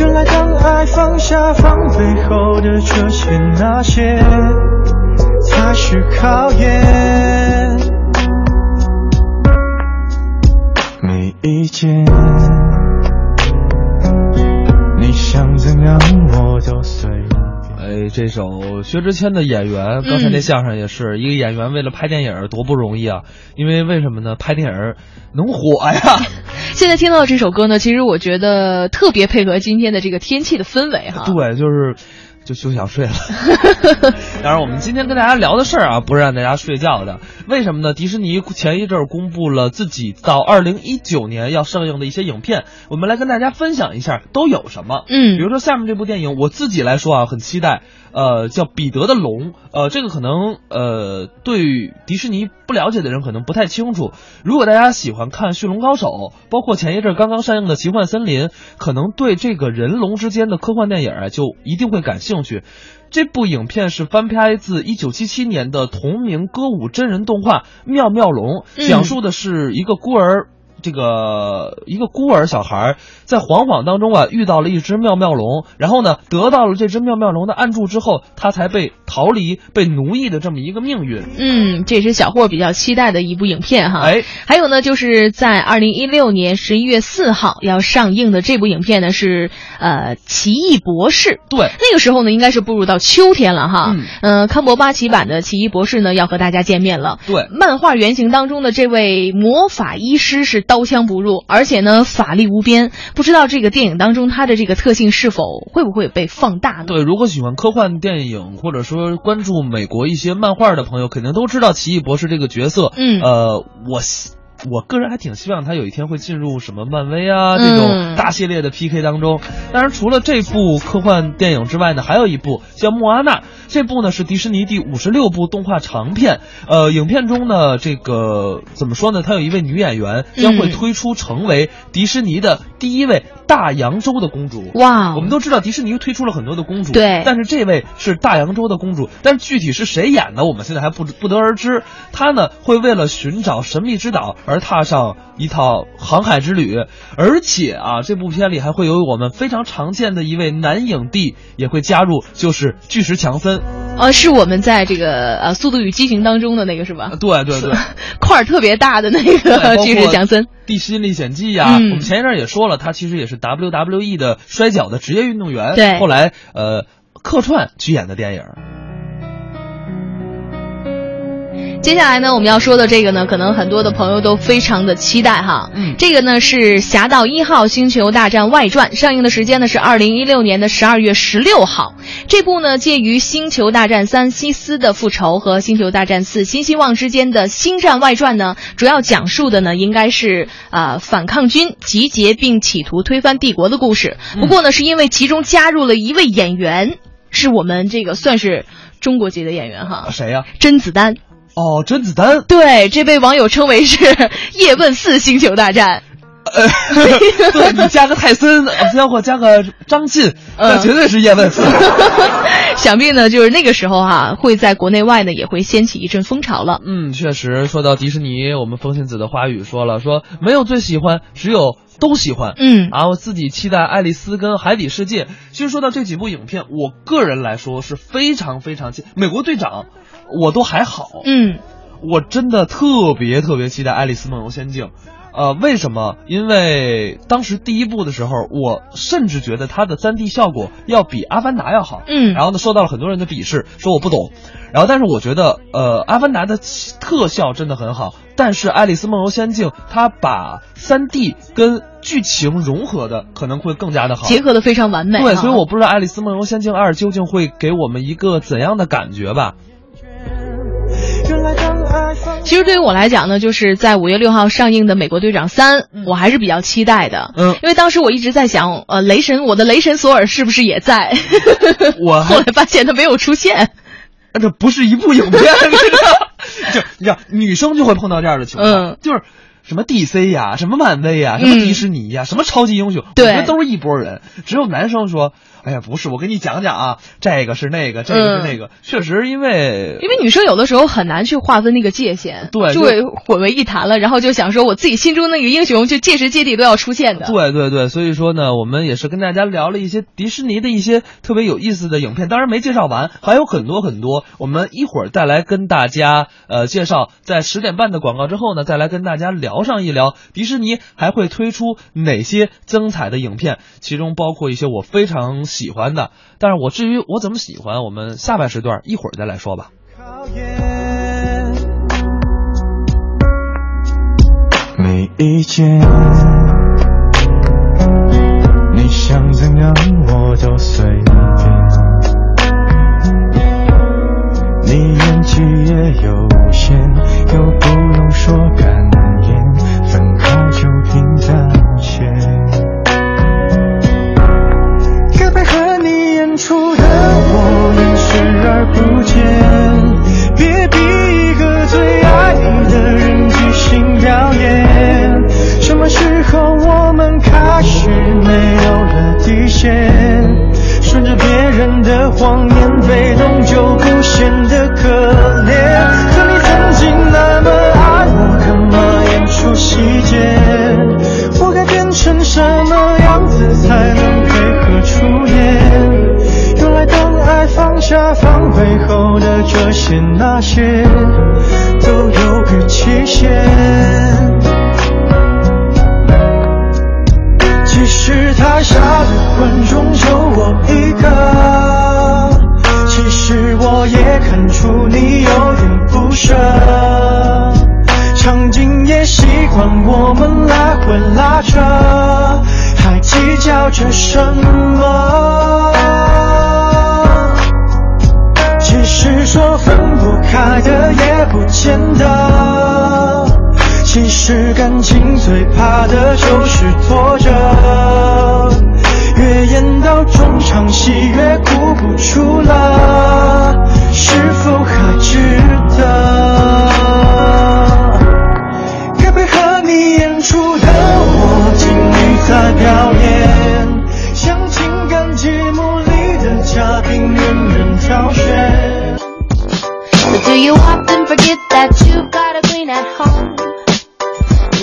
[SPEAKER 6] 原来当爱放下防备后的这些那些，才是考验。没意见，你想怎样我都随便。
[SPEAKER 1] 哎，这首薛之谦的演员，刚才那相声也是、一个演员，为了拍电影儿多不容易啊！因为为什么呢？拍电影儿能火呀！
[SPEAKER 2] 现在听到这首歌呢，其实我觉得特别配合今天的这个天气的氛围哈。
[SPEAKER 1] 对，就是就就想睡了。当然，我们今天跟大家聊的事儿啊，不是让大家睡觉的。为什么呢？迪士尼前一阵儿公布了自己到二零一九年要上映的一些影片，我们来跟大家分享一下都有什么。
[SPEAKER 2] 嗯
[SPEAKER 1] 比如说下面这部电影，我自己来说啊，很期待。呃，叫《彼得的龙》，呃，这个可能呃对迪士尼不了解的人可能不太清楚。如果大家喜欢看《驯龙高手》，包括前一阵儿刚刚上映的《奇幻森林》，可能对这个人龙之间的科幻电影啊，就一定会感兴趣。这部影片是翻拍自1977年的同名歌舞真人动画《妙妙龙》，
[SPEAKER 2] 嗯
[SPEAKER 1] 讲述的是一个孤儿。这个一个孤儿小孩在惶惶当中啊，遇到了一只妙妙龙，然后呢，得到了这只妙妙龙的暗助之后，他才被逃离、被奴役的这么一个命运。
[SPEAKER 2] 嗯，这也是小霍比较期待的一部影片哈。
[SPEAKER 1] 哎，
[SPEAKER 2] 还有呢，就是在二零一六年十一月四号要上映的这部影片呢是呃《奇异博士》。
[SPEAKER 1] 对，
[SPEAKER 2] 那个时候呢，应该是步入到秋天了哈。
[SPEAKER 1] 嗯
[SPEAKER 2] 呃，康伯巴奇版的《奇异博士》呢要和大家见面了。
[SPEAKER 1] 对
[SPEAKER 2] 漫画原型当中的这位魔法医师是刀枪不入，而且呢法力无边。不知道这个电影当中他的这个特性是否会不会被放大呢？
[SPEAKER 1] 对，如果喜欢科幻电影或者说关注美国一些漫画的朋友，肯定都知道奇异博士这个角色。
[SPEAKER 2] 嗯
[SPEAKER 1] 呃，我希我个人还挺希望他有一天会进入什么漫威啊这种
[SPEAKER 2] 嗯
[SPEAKER 1] 大系列的 PK 当中。当然，除了这部科幻电影之外呢，还有一部叫《莫阿娜》。这部呢是迪士尼第五十六部动画长片。呃，影片中呢，这个怎么说呢？它有一位女演员将会
[SPEAKER 2] 嗯
[SPEAKER 1] 推出成为迪士尼的第一位大洋洲的公主。
[SPEAKER 2] 哇，
[SPEAKER 1] 我们都知道迪士尼推出了很多的公主，
[SPEAKER 2] 啊对
[SPEAKER 1] 但是这位是大洋洲的公主，但具体是谁演的，我们现在还不知不得而知。她呢会为了寻找神秘之岛而踏上一趟航海之旅，而且啊，这部片里还会有我们非常常见的一位男影帝也会加入，就是巨石强森。
[SPEAKER 2] 呃，是我们在这个呃《速度与激情》当中的那个是吧？
[SPEAKER 1] 对对
[SPEAKER 2] *laughs*
[SPEAKER 1] 对，
[SPEAKER 2] 块儿特别大的那个巨石强森。
[SPEAKER 1] 地心历险记呀、
[SPEAKER 2] 嗯
[SPEAKER 1] 我们前一阵儿也说了，他其实也是 WWE 的摔跤的职业运动员，
[SPEAKER 2] 对
[SPEAKER 1] 后来呃客串去演的电影。
[SPEAKER 2] 接下来呢，我们要说的这个呢，可能很多的朋友都非常的期待哈。
[SPEAKER 1] 嗯
[SPEAKER 2] 这个呢是《侠盗一号：星球大战外传》，上映的时间呢是二零一六年的十二月十六号。这部呢介于《星球大战三：西斯的复仇》和《星球大战四：新希望》之间的《星战外传》呢，主要讲述的呢应该是啊、呃反抗军集结并企图推翻帝国的故事。不过呢，是因为其中加入了一位演员，是我们这个算是中国籍的演员哈
[SPEAKER 1] 啊，，谁呀、
[SPEAKER 2] 甄子丹。
[SPEAKER 1] 哦，甄子
[SPEAKER 2] *laughs*
[SPEAKER 1] 丹。
[SPEAKER 2] 对，这被网友称
[SPEAKER 1] *laughs*
[SPEAKER 2] 为是叶问四星球大战。 *laughs*
[SPEAKER 1] 呃，对你加个泰森，包括加个张晋，那
[SPEAKER 2] 嗯
[SPEAKER 1] 绝对是叶问 *laughs* 四。
[SPEAKER 2] 想必呢，就是那个时候哈、啊会在国内外呢也会掀起一阵风潮了。
[SPEAKER 1] 嗯，确实，说到迪士尼，我们风信子的花语说了，说没有最喜欢，只有都喜欢。
[SPEAKER 2] 嗯，
[SPEAKER 1] 啊，我自己期待《爱丽丝》跟《海底世界》。其实说到这几部影片，我个人来说是非常非常期。美国队长，我都还好。
[SPEAKER 2] 嗯，
[SPEAKER 1] 我真的特别特别期待《爱丽丝梦游仙境》。呃，为什么？因为当时第一部的时候，我甚至觉得它的 3D 效果要比《阿凡达》要好。
[SPEAKER 2] 嗯
[SPEAKER 1] 然后呢，受到了很多人的鄙视，说我不懂。然后，但是我觉得，呃，《阿凡达》的特效真的很好，但是《爱丽丝梦游仙境》它把 3D 跟剧情融合的可能会更加的好。
[SPEAKER 2] 结合的非常完美、啊。
[SPEAKER 1] 对，所以我不知道《爱丽丝梦游仙境二》究竟会给我们一个怎样的感觉吧。
[SPEAKER 6] 原来当爱放
[SPEAKER 2] 其实对于我来讲呢，就是在五月六号上映的《美国队长三》，我还是比较期待的。
[SPEAKER 1] 嗯
[SPEAKER 2] 因为当时我一直在想，呃，雷神，我的雷神索尔是不是也在？
[SPEAKER 1] 我还
[SPEAKER 2] *laughs* 后来发现他没有出现。
[SPEAKER 1] 啊这不是一部影片， *laughs*
[SPEAKER 2] *laughs*
[SPEAKER 1] 你知道？就你知道，女生就会碰到这样的情况，
[SPEAKER 2] 嗯
[SPEAKER 1] 就是什么 DC 呀、什么漫威呀、什么迪士尼呀、什么超级英雄，
[SPEAKER 2] 对
[SPEAKER 1] 我觉得都是一拨人。只有男生说：“哎呀，不是，我跟你讲讲啊，这个是那个，这个是那个。确实，因为
[SPEAKER 2] 嗯因为女生有的时候很难去划分那个界限，
[SPEAKER 1] 对就
[SPEAKER 2] 就会混为一谈了，然后就想说我自己心中那个英雄，就界时界地都要出现的。
[SPEAKER 1] 对对对，所以说呢，我们也是跟大家聊了一些迪士尼的一些特别有意思的影片，当然没介绍完，还有很多很多。我们一会儿再来跟大家呃介绍，在十点半的广告之后呢，再来跟大家聊上一聊迪士尼还会推出哪些精彩的影片，其中包括一些我非常喜欢的。但是我至于我怎么喜欢，我们下半时段一会儿再来说吧。
[SPEAKER 6] 考验。没意见，你想怎样我都随便。你演技也有限，又不用说感言，分开就平淡些。该配合你演出的我因视而不见，别逼一个最爱你的人即兴表演。什么时候我们开始没有了底线？顺着别人的谎言，被动就不显得可怜。可你曾经那么爱我，干嘛演出细节？我该变成什么样子才能配合出演？原来当爱放下防备后的这些那些，都有个期限。其实台下的观众就我一个，其实我也看出你有点不舍。场景也习惯我们来回拉扯，还计较着什么？其实说分不开的也不见得，其实感情最怕的就是拖着。越演到中场戏越哭不出了，是否还值得？该配合你演出的我，尽力在表演，像情感节目里的嘉宾任人挑选。
[SPEAKER 7] But do you often forget that you've got a queen at home?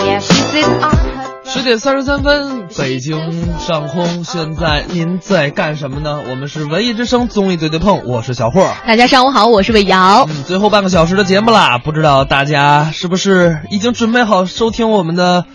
[SPEAKER 7] Yeah, she sits on her.
[SPEAKER 1] 十点三十三分， *laughs* 北京上空，现在您在干什么呢？我们是文艺之声综艺对对碰，我是小霍。
[SPEAKER 2] 大家上午好，我是魏瑶。
[SPEAKER 1] 嗯，最后半个小时的节目啦，不知道大家是不是已经准备好收听我们的，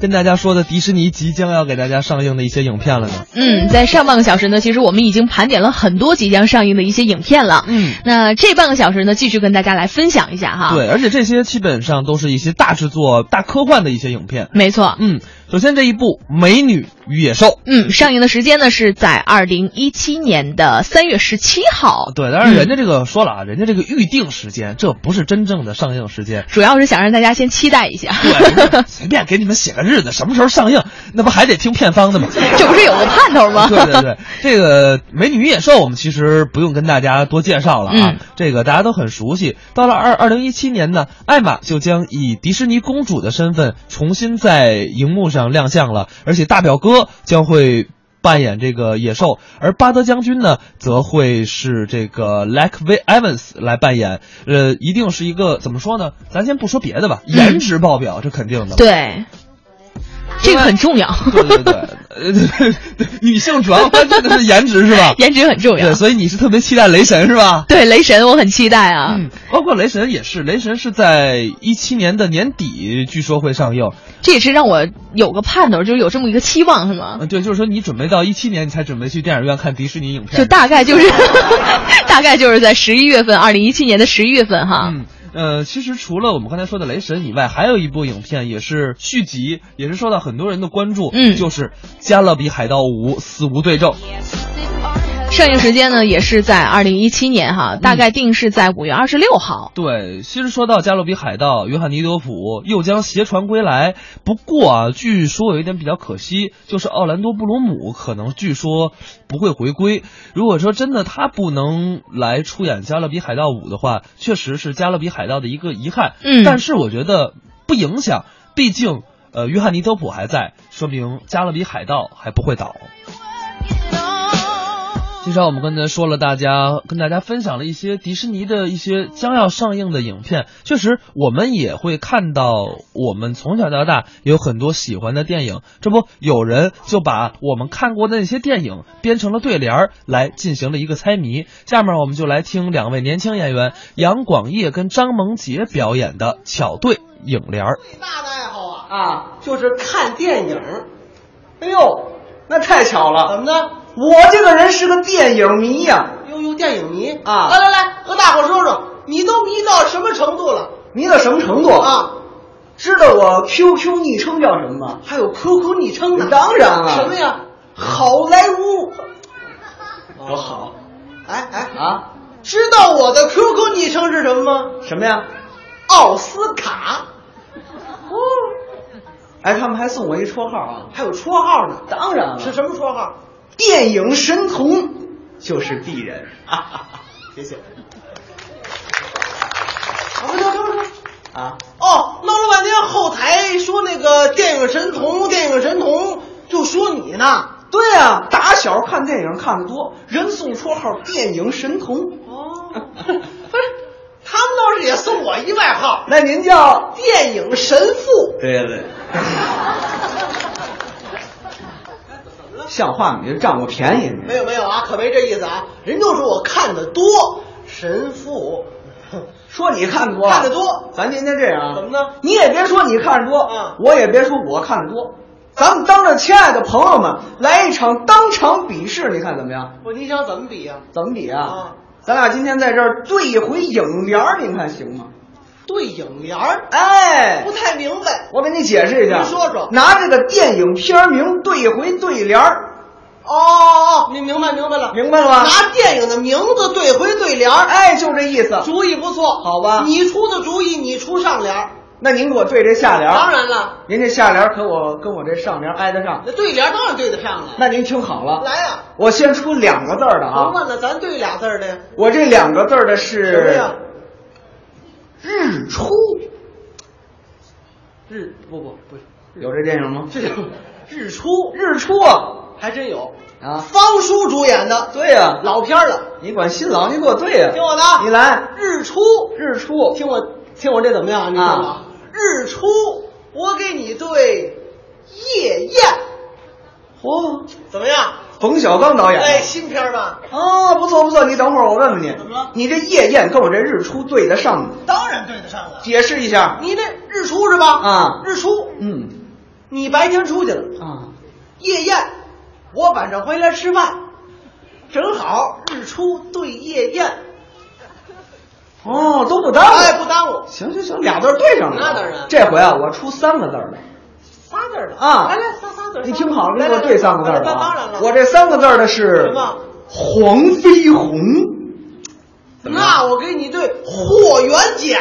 [SPEAKER 1] 跟大家说的迪士尼即将要给大家上映的一些影片了呢？
[SPEAKER 2] 嗯，在上半个小时呢，其实我们已经盘点了很多即将上映的一些影片了。
[SPEAKER 1] 嗯，
[SPEAKER 2] 那这半个小时呢，继续跟大家来分享一下哈。，
[SPEAKER 1] 对，而且这些基本上都是一些大制作、大科幻的一些影片。
[SPEAKER 2] 没错。
[SPEAKER 1] 嗯，首先这一部《美女与野兽》，
[SPEAKER 2] 嗯，上映的时间呢是在二零一七年的三月十七号。
[SPEAKER 1] 对，当然人家这个说了啊，人家这个预定时间，这不是真正的上映时间。
[SPEAKER 2] 主要是想让大家先期待一下，
[SPEAKER 1] 对，随便给你们写个日子，什么时候上映，那不还得听片方的吗？
[SPEAKER 2] *laughs* 这不是有个盼头 *laughs* 吗？
[SPEAKER 1] 对对对，这个《美女与野兽》我们其实不用跟大家多介绍了啊，
[SPEAKER 2] 嗯
[SPEAKER 1] 这个大家都很熟悉。到了二二零一七年呢，艾玛就将以迪士尼公主的身份重新在荧幕上亮相了，而且大表哥将会。扮演这个野兽，而巴德将军呢，则会是这个 l a c k Evans 来扮演。呃，一定是一个怎么说呢？咱先不说别的吧，
[SPEAKER 2] 嗯
[SPEAKER 1] 颜值爆表，这肯定的。
[SPEAKER 2] *laughs* 对，这个很重要，？
[SPEAKER 1] 对对对，呃，对对 *laughs* 女性主要关注的是颜值是吧
[SPEAKER 2] *laughs* 颜值很重要
[SPEAKER 1] 对，。所以你是特别期待雷神是吧？
[SPEAKER 2] 对雷神，我很期待啊。
[SPEAKER 1] 嗯，包括雷神也是，雷神是在一七年的年底，据说会上映。
[SPEAKER 2] 这也是让我有个盼头，就是有这么一个期望，是吗？
[SPEAKER 1] 嗯，对，就是说你准备到一七年，你才准备去电影院看迪士尼影片。
[SPEAKER 2] 就大概就是，
[SPEAKER 1] 嗯
[SPEAKER 2] *laughs* 大概就是在十一月份，二零一七年的十一月份哈。
[SPEAKER 1] 嗯，呃，其实除了我们刚才说的《雷神》以外，还有一部影片也是续集，也是受到很多人的关注，
[SPEAKER 2] 嗯
[SPEAKER 1] 就是《加勒比海盗五：死无对证》。
[SPEAKER 2] 上映时间呢也是在二零一七年哈，
[SPEAKER 1] 嗯
[SPEAKER 2] 大概定是在五月二十六号。
[SPEAKER 1] 对，其实说到《加勒比海盗》，约翰尼·德普又将携船归来。不过啊，据说有一点比较可惜，就是奥兰多·布鲁姆可能据说不会回归。如果说真的他不能来出演《加勒比海盗五》的话，确实是《加勒比海盗》的一个遗憾。
[SPEAKER 2] 嗯
[SPEAKER 1] 但是我觉得不影响，毕竟呃，约翰尼·德普还在，说明《加勒比海盗》还不会倒。其实我们刚才说了，大家跟大家分享了一些迪士尼的一些将要上映的影片。确实，我们也会看到，我们从小到大有很多喜欢的电影。这不，有人就把我们看过的那些电影编成了对联儿，来进行了一个猜谜。下面我们就来听两位年轻演员杨广业跟张萌杰表演的《巧对影联儿》。
[SPEAKER 8] 大的爱好啊啊，就是看电影。哎呦，那太巧了！怎么呢？我这个人是个电影迷呀、呦呦，电影迷啊！来来来，和大伙说说，你都迷到什么程度了？迷到什么程度啊？知道我 QQ 昵称叫什么吗？还有 QQ 昵称呢？当然了。什么呀？好莱坞。多好！哎哎啊！知道我的 QQ 昵称是什么吗？什么呀？奥斯卡。哦，哎，他们还送我一绰号啊，还有绰号呢。当然了，是什么绰号？电影神童，就是鄙人。谢谢。啊，不行，不行，啊！哦，闹了半天后台说那个电影神童，电影神童，就说你呢。对呀、啊，打小看电影看得多，人送绰号“电影神童”。哦， *laughs* 不是，他们倒是也送我一外号，那您叫“电影神父”。对对 *laughs* 对。像话吗？你就占我便宜？没有没有啊，可没这意思啊！人就说我看的多，神 *laughs* 父。说你看的多，看的多。咱今天这样，怎么呢？你也别说你看的多，啊，我也别说我看的多。咱们当着亲爱的朋友们来一场当场比试，你看怎么样？不，你想怎么比呀、怎么比啊？咱俩今天在这儿对一回影联儿，您看行吗？对影联儿，哎，不太明白。我给你解释一下，你说说，拿这个电影片儿名对一回对联儿。哦哦哦，你明白明白了，明白了吧？拿电影的名字对回对联哎，就这意思。主意不错，好吧？你出的主意，你出上联那您给我对这下联当然了，您这下联可我跟我这上联挨得上。那对联当然对得上了。那您听好了，来呀、啊我先出两个字儿的啊。那咱对俩字的呀。我这两个字儿的是什么呀？日出。日不不不是，有这电影吗？这叫日出，日出啊，还真有啊。方叔主演的，对呀、老片儿了。你管新郎，你给我对呀、听我的，你来。日出，日出，啊听我听我这怎么样？你看啊，日出，我给你对
[SPEAKER 4] 夜宴》。
[SPEAKER 1] 嚯，
[SPEAKER 4] 怎么样？
[SPEAKER 1] 冯小刚导演的。
[SPEAKER 4] 哎，新片儿吧？
[SPEAKER 8] 啊
[SPEAKER 1] 哦，不错不错，你等会儿我问问你，
[SPEAKER 4] 怎么了
[SPEAKER 1] 你这夜宴跟我这日出对得上吗？
[SPEAKER 4] 当然对得上了。
[SPEAKER 1] 解释一下。
[SPEAKER 4] 你这日出是吧？
[SPEAKER 1] 啊
[SPEAKER 4] 日出，
[SPEAKER 1] 嗯
[SPEAKER 4] 你白天出去了，
[SPEAKER 1] 啊，
[SPEAKER 4] 夜宴，我晚上回来吃饭，正好日出对夜宴，
[SPEAKER 1] 哦，都不耽误。
[SPEAKER 4] 哎，不耽误。
[SPEAKER 1] 行行行，俩字儿对上了。
[SPEAKER 4] 那当然
[SPEAKER 1] 这回啊，我出三个字儿了。
[SPEAKER 4] 仨字儿的
[SPEAKER 1] 啊
[SPEAKER 4] 来来仨仨字儿，
[SPEAKER 1] 你听好了，
[SPEAKER 4] 来
[SPEAKER 1] 给我
[SPEAKER 4] 来
[SPEAKER 1] 对三个字儿
[SPEAKER 4] 那
[SPEAKER 1] 吧。
[SPEAKER 4] 当然了，
[SPEAKER 1] 我这三个字儿的
[SPEAKER 4] 什
[SPEAKER 1] 是
[SPEAKER 4] 么
[SPEAKER 1] 黄飞鸿。怎么样
[SPEAKER 4] 那我给你对霍元甲，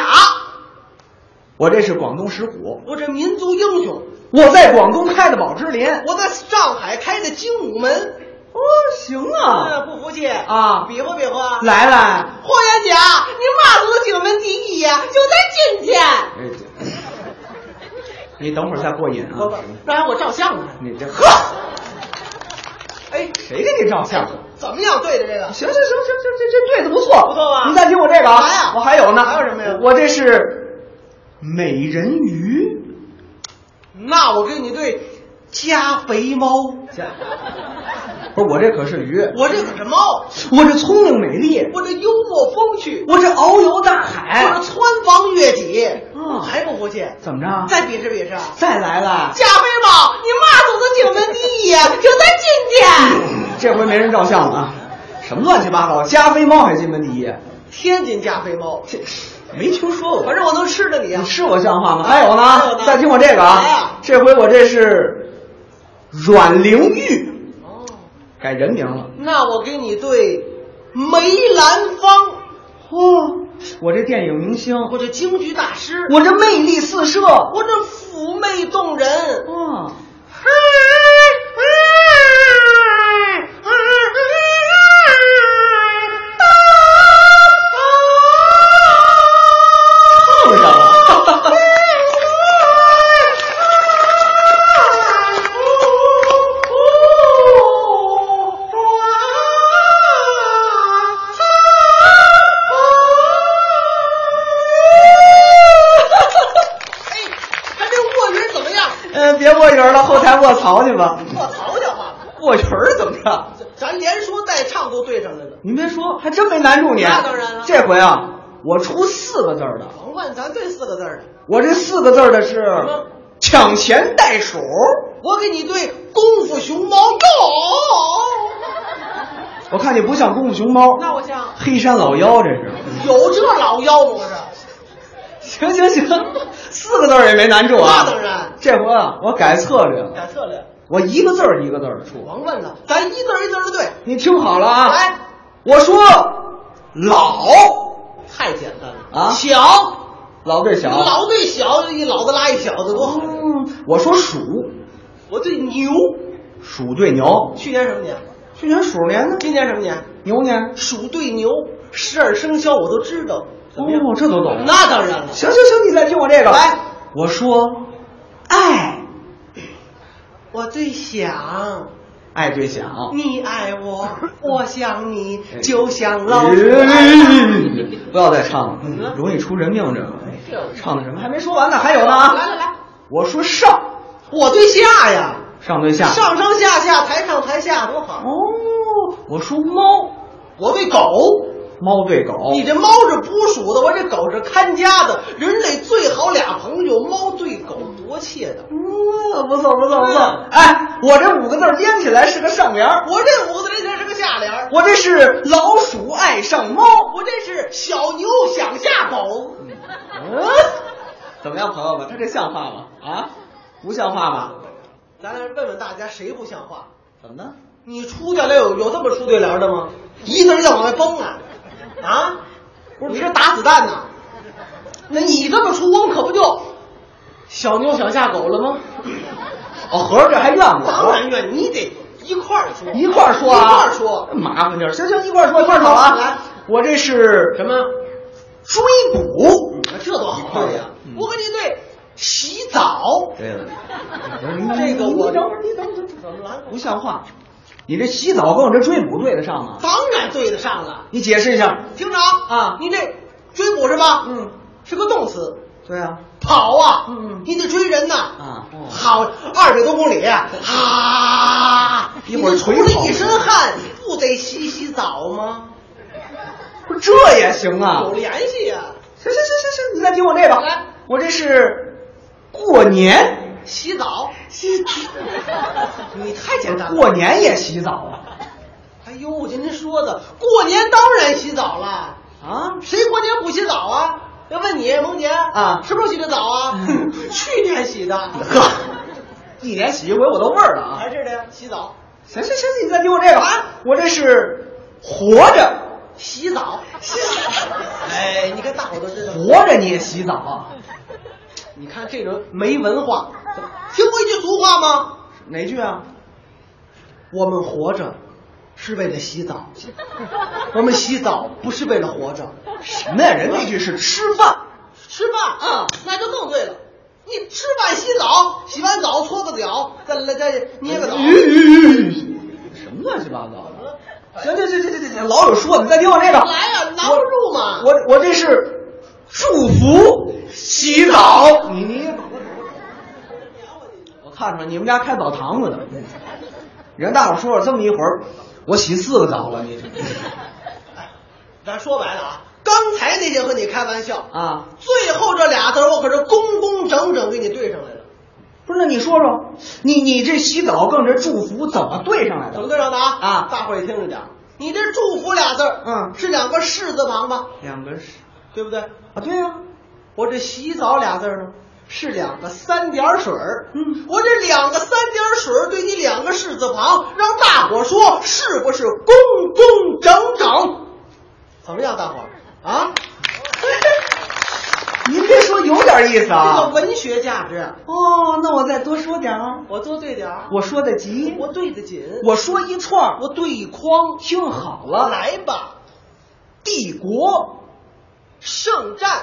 [SPEAKER 1] 我这是广东石虎。
[SPEAKER 4] 我这民族英雄，
[SPEAKER 1] 我在广东开的宝芝林。
[SPEAKER 4] 我在上海开的精武门。
[SPEAKER 1] 哦，行
[SPEAKER 4] 哎
[SPEAKER 1] 啊，
[SPEAKER 4] 不服气
[SPEAKER 1] 啊
[SPEAKER 4] 比划比划。
[SPEAKER 1] 来来。
[SPEAKER 4] 霍元甲，你骂足九门第一呀，就在今天。
[SPEAKER 1] 哎，你等会儿再过瘾
[SPEAKER 4] 我
[SPEAKER 1] 啊！
[SPEAKER 4] 让人我照相呢。
[SPEAKER 1] 你这
[SPEAKER 4] 呵，哎，
[SPEAKER 1] 谁给你照相？
[SPEAKER 4] 怎么样对的这个？
[SPEAKER 1] 行行行行行，这这对的不错，
[SPEAKER 4] 不错吧
[SPEAKER 1] 你再听我这个啊，
[SPEAKER 4] 来呀
[SPEAKER 1] 我还有呢，
[SPEAKER 4] 还有什么呀
[SPEAKER 1] 我这是美人鱼，
[SPEAKER 4] 那我给你对加肥猫，
[SPEAKER 1] 不是我这可是鱼，
[SPEAKER 4] 我这可是猫，
[SPEAKER 1] 我这聪明美丽，
[SPEAKER 4] 我这幽默风趣，
[SPEAKER 1] 我这遨游大
[SPEAKER 4] 我这
[SPEAKER 1] 海，
[SPEAKER 4] 穿房越脊，
[SPEAKER 1] 嗯
[SPEAKER 4] 还不服气？
[SPEAKER 1] 怎么着？
[SPEAKER 4] 再比试比试。
[SPEAKER 1] 再来了，
[SPEAKER 4] 加菲猫，你骂死我九门第一呀，就在今天。
[SPEAKER 1] 这回没人照相了啊！什么乱七八糟？加菲猫还进门第一，
[SPEAKER 4] 天津加菲猫，
[SPEAKER 1] 没听说过。
[SPEAKER 4] 反正我能吃着你啊
[SPEAKER 1] 你！是我像话吗？
[SPEAKER 4] 啊
[SPEAKER 1] 还有
[SPEAKER 4] 还有
[SPEAKER 1] 呢
[SPEAKER 4] 呢，
[SPEAKER 1] 再听我这个啊
[SPEAKER 4] 来呀，
[SPEAKER 1] 这回我这是阮玲玉，
[SPEAKER 4] 哦，
[SPEAKER 1] 改人名了。
[SPEAKER 4] 那我给你对梅兰芳，
[SPEAKER 1] 嚯，我这电影明星，
[SPEAKER 4] 我这京剧大师，
[SPEAKER 1] 我这魅力四射，
[SPEAKER 4] 我这妩媚动人。
[SPEAKER 1] 啊，碰上了。嗯，别过云儿了，后台卧槽去吧。过云儿怎么着？
[SPEAKER 4] 咱连说带唱都对上来了，
[SPEAKER 1] 您别说，还真没难住你。
[SPEAKER 4] 那当然了
[SPEAKER 1] 这回啊，我出四个字儿的，
[SPEAKER 4] 甭问咱对四个字儿的，
[SPEAKER 1] 我这四个字儿的是
[SPEAKER 4] 么
[SPEAKER 1] 抢钱袋鼠。
[SPEAKER 4] 我给你对功夫熊猫 go。
[SPEAKER 1] 我看你不像功夫熊猫，
[SPEAKER 4] 那我像
[SPEAKER 1] 黑山老妖，这是。 *laughs*
[SPEAKER 4] *laughs* 有这老妖魔的，
[SPEAKER 1] 行行行，四个字儿也没难住啊。
[SPEAKER 4] 那当然
[SPEAKER 1] 这回啊，我改策略了，
[SPEAKER 4] 改策略。
[SPEAKER 1] 我一个字儿一个字儿的出。
[SPEAKER 4] 甭问了，咱一字儿一字儿的对。
[SPEAKER 1] 你听好了啊，
[SPEAKER 4] 来，
[SPEAKER 1] 我说老
[SPEAKER 4] 太简单了
[SPEAKER 1] 啊
[SPEAKER 4] 小
[SPEAKER 1] 老对小，
[SPEAKER 4] 老对小，一老子拉一小子多好。
[SPEAKER 5] 哦
[SPEAKER 1] 嗯，我说鼠，
[SPEAKER 4] 我对牛，
[SPEAKER 1] 鼠对牛，
[SPEAKER 4] 去年什么年？
[SPEAKER 1] 去年鼠年呢，
[SPEAKER 4] 今年什么年？
[SPEAKER 1] 牛年，
[SPEAKER 4] 鼠对牛，十二生肖我都知道。怎么样？
[SPEAKER 1] 哦，这都懂。
[SPEAKER 4] 那当然了，
[SPEAKER 1] 行行行，你再听我这个，
[SPEAKER 4] 来，
[SPEAKER 1] 我说爱，
[SPEAKER 4] 我最想。
[SPEAKER 1] 爱对响。
[SPEAKER 4] 你爱我，
[SPEAKER 5] *laughs*
[SPEAKER 4] 我想你
[SPEAKER 1] 哎，
[SPEAKER 4] 就像老虎爱大
[SPEAKER 1] 咦不要再唱了，嗯容易出人命。这个哎唱的什么还没说完呢，还有呢啊！
[SPEAKER 4] 来来来，
[SPEAKER 1] 我说上
[SPEAKER 4] 我对下呀，
[SPEAKER 1] 上对下，
[SPEAKER 4] 上上下下，台上台下多好。
[SPEAKER 1] 哦，我说猫
[SPEAKER 4] 我对狗，
[SPEAKER 1] 猫对狗，
[SPEAKER 4] 你这猫是捕鼠的，我这狗是看家的。人类最好俩朋友，猫对狗多切的。
[SPEAKER 1] 嗯不错不错不错。哎，我这五个字儿连起来是个上联儿，
[SPEAKER 4] 我这五个字连是个下联儿，
[SPEAKER 1] 我这是老鼠爱上猫。
[SPEAKER 4] 我这是小牛想下狗。
[SPEAKER 1] 嗯，怎么样，朋友们，他这像话吗？啊，不像话吧？
[SPEAKER 4] 咱来问问大家，谁不像话？
[SPEAKER 1] 怎么呢？
[SPEAKER 4] 你出对联有有这么出对联的吗？一字儿一字儿往外崩啊！啊，不是你这打子弹呐、那你这么出，我们可不就小牛想下狗了吗？
[SPEAKER 1] 哦，合着这还怨
[SPEAKER 4] 当
[SPEAKER 1] 我
[SPEAKER 4] 然。愿你得一块儿说，
[SPEAKER 1] 一块儿说啊，
[SPEAKER 4] 一块儿说。
[SPEAKER 1] 麻烦点儿。行行，一块儿说，一块儿说啊。
[SPEAKER 4] 来
[SPEAKER 1] 我这是什么？追捕。
[SPEAKER 4] 这多好啊！呀！
[SPEAKER 1] 嗯
[SPEAKER 4] 我跟你对洗澡，
[SPEAKER 1] 对了，
[SPEAKER 4] 这个我
[SPEAKER 1] 你等会儿，你等会儿，怎么了？不像话！你这洗澡跟我这追捕对得上
[SPEAKER 5] 啊
[SPEAKER 1] 吗？
[SPEAKER 4] 当然对得上了。
[SPEAKER 1] 你解释一下。
[SPEAKER 4] 厅长
[SPEAKER 1] 啊
[SPEAKER 4] 你这追捕是吧？
[SPEAKER 1] 嗯，
[SPEAKER 4] 是个动词。
[SPEAKER 5] 对啊，
[SPEAKER 6] 跑啊，
[SPEAKER 5] 嗯
[SPEAKER 6] 你得追人呐，
[SPEAKER 5] 啊哦
[SPEAKER 6] 好二百多公里，啊，
[SPEAKER 5] 一会儿
[SPEAKER 6] 你
[SPEAKER 5] 腿
[SPEAKER 6] 出了
[SPEAKER 5] 跑
[SPEAKER 6] 一身汗，你不得洗洗澡吗？
[SPEAKER 5] 不是这也行啊？
[SPEAKER 6] 有联系呀、
[SPEAKER 5] 行行行行行，你再听我这个，
[SPEAKER 6] 来
[SPEAKER 5] 我这是过年
[SPEAKER 6] 洗澡，
[SPEAKER 5] 洗，
[SPEAKER 6] *laughs* 你太简单了。
[SPEAKER 5] 过年也洗澡啊
[SPEAKER 6] 哎呦，我今天说的，过年当然洗澡了，
[SPEAKER 5] 啊！
[SPEAKER 6] 谁过年不洗澡啊？要问你，萌姐
[SPEAKER 5] 啊
[SPEAKER 6] 什么时候洗的澡啊？
[SPEAKER 5] 嗯
[SPEAKER 6] *laughs* 去年洗的。
[SPEAKER 5] 呵，一年洗一回我都味儿了啊
[SPEAKER 6] 还！是的呀，洗澡，
[SPEAKER 5] 行行行，你再听我这个啊，我这是活着，
[SPEAKER 6] 洗
[SPEAKER 5] *laughs*
[SPEAKER 6] 澡，洗澡。哎，你看大伙都知道，
[SPEAKER 5] 活着你也洗澡啊？
[SPEAKER 6] 你看这人
[SPEAKER 5] 没文化，
[SPEAKER 6] 听过一句俗话吗？
[SPEAKER 5] 哪句啊？
[SPEAKER 6] 我们活着是为了洗澡，我们洗澡不是为了活着。
[SPEAKER 5] 什么呀？人那句是吃饭，
[SPEAKER 6] 吃饭啊，那就更对了。你吃饭洗澡，洗完澡搓个脚，再来再捏个澡。
[SPEAKER 5] 哎什么乱七八糟的？行行行行行行，老有说的，你再听我这个，
[SPEAKER 6] 哎来呀拿不住嘛
[SPEAKER 5] 我我我这是祝福洗澡，你你，我看出来你们家开澡堂子的，人大伙说了这么一会儿，我洗四个澡了，你
[SPEAKER 6] 咱说白了啊，刚才那些和你开玩笑，
[SPEAKER 5] 啊？
[SPEAKER 6] 最后这俩字儿我可是工工整整给你对上来了，
[SPEAKER 5] 不是，那你说说，你你这洗澡更这祝福怎么对上来
[SPEAKER 6] 怎
[SPEAKER 4] 嗯
[SPEAKER 5] 的？
[SPEAKER 6] 么对上的啊？
[SPEAKER 5] 啊
[SPEAKER 6] 大伙儿也听着点儿，你这祝福俩字儿，
[SPEAKER 5] 嗯
[SPEAKER 6] 是两个士字旁吧？
[SPEAKER 5] 两个是
[SPEAKER 6] 对不对？
[SPEAKER 5] 啊，对呀、
[SPEAKER 6] 我这洗澡俩字儿呢，是两个三点水儿。嗯，我这两个三点水儿对你两个士字旁，让大伙儿说是不是工工整整？怎么样，大伙儿啊？
[SPEAKER 5] 您这说有点意思
[SPEAKER 6] 这个
[SPEAKER 5] 啊。
[SPEAKER 6] 文学价值，
[SPEAKER 5] 哦，那我再多说点啊，
[SPEAKER 6] 我多对点儿，
[SPEAKER 5] 我说的急，
[SPEAKER 6] 我对得紧，
[SPEAKER 5] 我说一串，
[SPEAKER 6] 我对一筐。
[SPEAKER 5] 听好了，
[SPEAKER 6] 来吧，
[SPEAKER 5] 帝国
[SPEAKER 6] 圣战、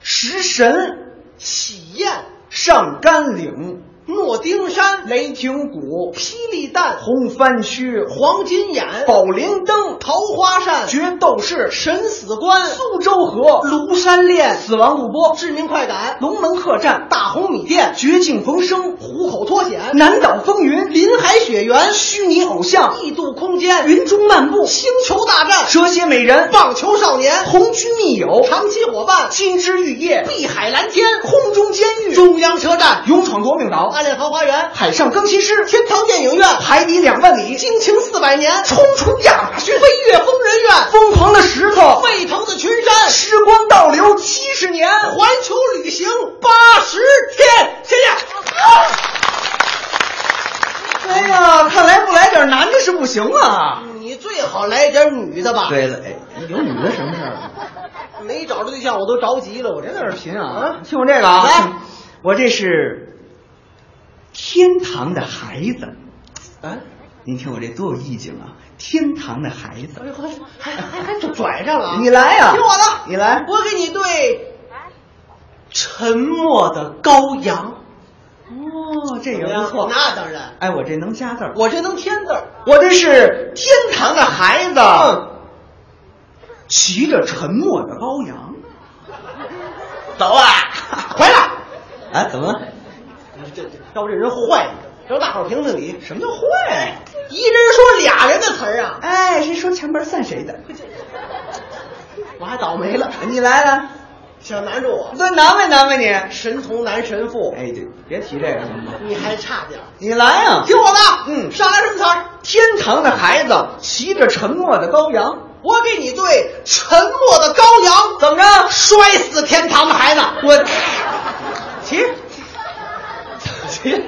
[SPEAKER 5] 食神
[SPEAKER 6] 喜宴、
[SPEAKER 5] 上甘岭
[SPEAKER 6] 诺丁山、
[SPEAKER 5] 雷霆谷
[SPEAKER 6] 霹雳弹、
[SPEAKER 5] 红番区
[SPEAKER 6] 黄金眼、
[SPEAKER 5] 宝林灯
[SPEAKER 6] 桃花扇、
[SPEAKER 5] 决斗士
[SPEAKER 6] 神死关、
[SPEAKER 5] 苏州河
[SPEAKER 6] 庐山恋、
[SPEAKER 5] 死亡谷播
[SPEAKER 6] 致命快感、
[SPEAKER 5] 龙门客栈
[SPEAKER 6] 大红米店、
[SPEAKER 5] 绝境逢生
[SPEAKER 6] 虎口脱险、
[SPEAKER 5] 南岛风云
[SPEAKER 6] 林海雪原、
[SPEAKER 5] 虚拟偶像
[SPEAKER 6] 异度空间、
[SPEAKER 5] 云中漫步
[SPEAKER 6] 星球大战、
[SPEAKER 5] 蛇蝎美人
[SPEAKER 6] 棒球少年、
[SPEAKER 5] 红居密友
[SPEAKER 6] 长期伙伴、
[SPEAKER 5] 金枝玉叶
[SPEAKER 6] 碧海蓝天、
[SPEAKER 5] 空中监狱
[SPEAKER 6] 中央车站、
[SPEAKER 5] 勇闯夺命岛
[SPEAKER 6] 暗恋桃花源、
[SPEAKER 5] 海上钢琴师
[SPEAKER 6] 天堂电影院、
[SPEAKER 5] 海底两万里
[SPEAKER 6] 惊情四百年、
[SPEAKER 5] 冲出亚马逊
[SPEAKER 6] 飞越疯人院、
[SPEAKER 5] 疯狂的石头
[SPEAKER 6] 沸腾的群山、
[SPEAKER 5] 时光倒流七十年
[SPEAKER 6] 环球旅行八十天，谢
[SPEAKER 5] 哎
[SPEAKER 6] 谢。
[SPEAKER 5] 呀，看来不来点男的是不行啊。
[SPEAKER 6] 你最好来点女的吧，
[SPEAKER 5] 对了，哎，有女的什么事儿？啊
[SPEAKER 6] *laughs* 没找着对象我都着急了，我
[SPEAKER 5] 我
[SPEAKER 6] 这
[SPEAKER 5] 这在
[SPEAKER 6] 在这
[SPEAKER 5] 这
[SPEAKER 6] 儿
[SPEAKER 5] 贫啊！听我这个啊，
[SPEAKER 6] 来
[SPEAKER 5] 我这是天堂的孩子。
[SPEAKER 6] 哎，
[SPEAKER 5] 您听我这多有意境啊！天堂的孩子，
[SPEAKER 6] 还还哎还拽上了啊，
[SPEAKER 5] 你来呀、
[SPEAKER 6] 听我的，
[SPEAKER 5] 你来。
[SPEAKER 6] 我给你对沉默的羔羊，
[SPEAKER 5] 哦，这
[SPEAKER 6] 怎
[SPEAKER 5] 也
[SPEAKER 6] 么样
[SPEAKER 5] 不错。
[SPEAKER 6] 那当然，
[SPEAKER 5] 哎，我这能加字儿。
[SPEAKER 6] 我这能添字儿，
[SPEAKER 5] 我这是天堂的孩子，嗯骑着沉默的羔羊，走啊，回来！啊，怎么了？
[SPEAKER 6] 这这要不这人坏了，让大伙儿评评理，
[SPEAKER 5] 什么叫坏？
[SPEAKER 6] 一人说俩人的词儿啊，
[SPEAKER 5] 哎，谁说前门算谁的？
[SPEAKER 6] 我还倒霉了，
[SPEAKER 5] 你来了，
[SPEAKER 6] 想难住我，
[SPEAKER 5] 再难为难为你。
[SPEAKER 6] 神童男神父，
[SPEAKER 5] 哎，对，别提这个行吗？
[SPEAKER 6] 你还差点儿，
[SPEAKER 5] 你来啊！
[SPEAKER 6] 听我的，
[SPEAKER 5] 嗯
[SPEAKER 6] 上来什么词儿？
[SPEAKER 5] 天堂的孩子骑着沉默的羔羊，
[SPEAKER 6] 我给你对沉默的羔羊
[SPEAKER 5] 怎么着？
[SPEAKER 6] 摔死天堂的孩子，
[SPEAKER 5] 我骑骑，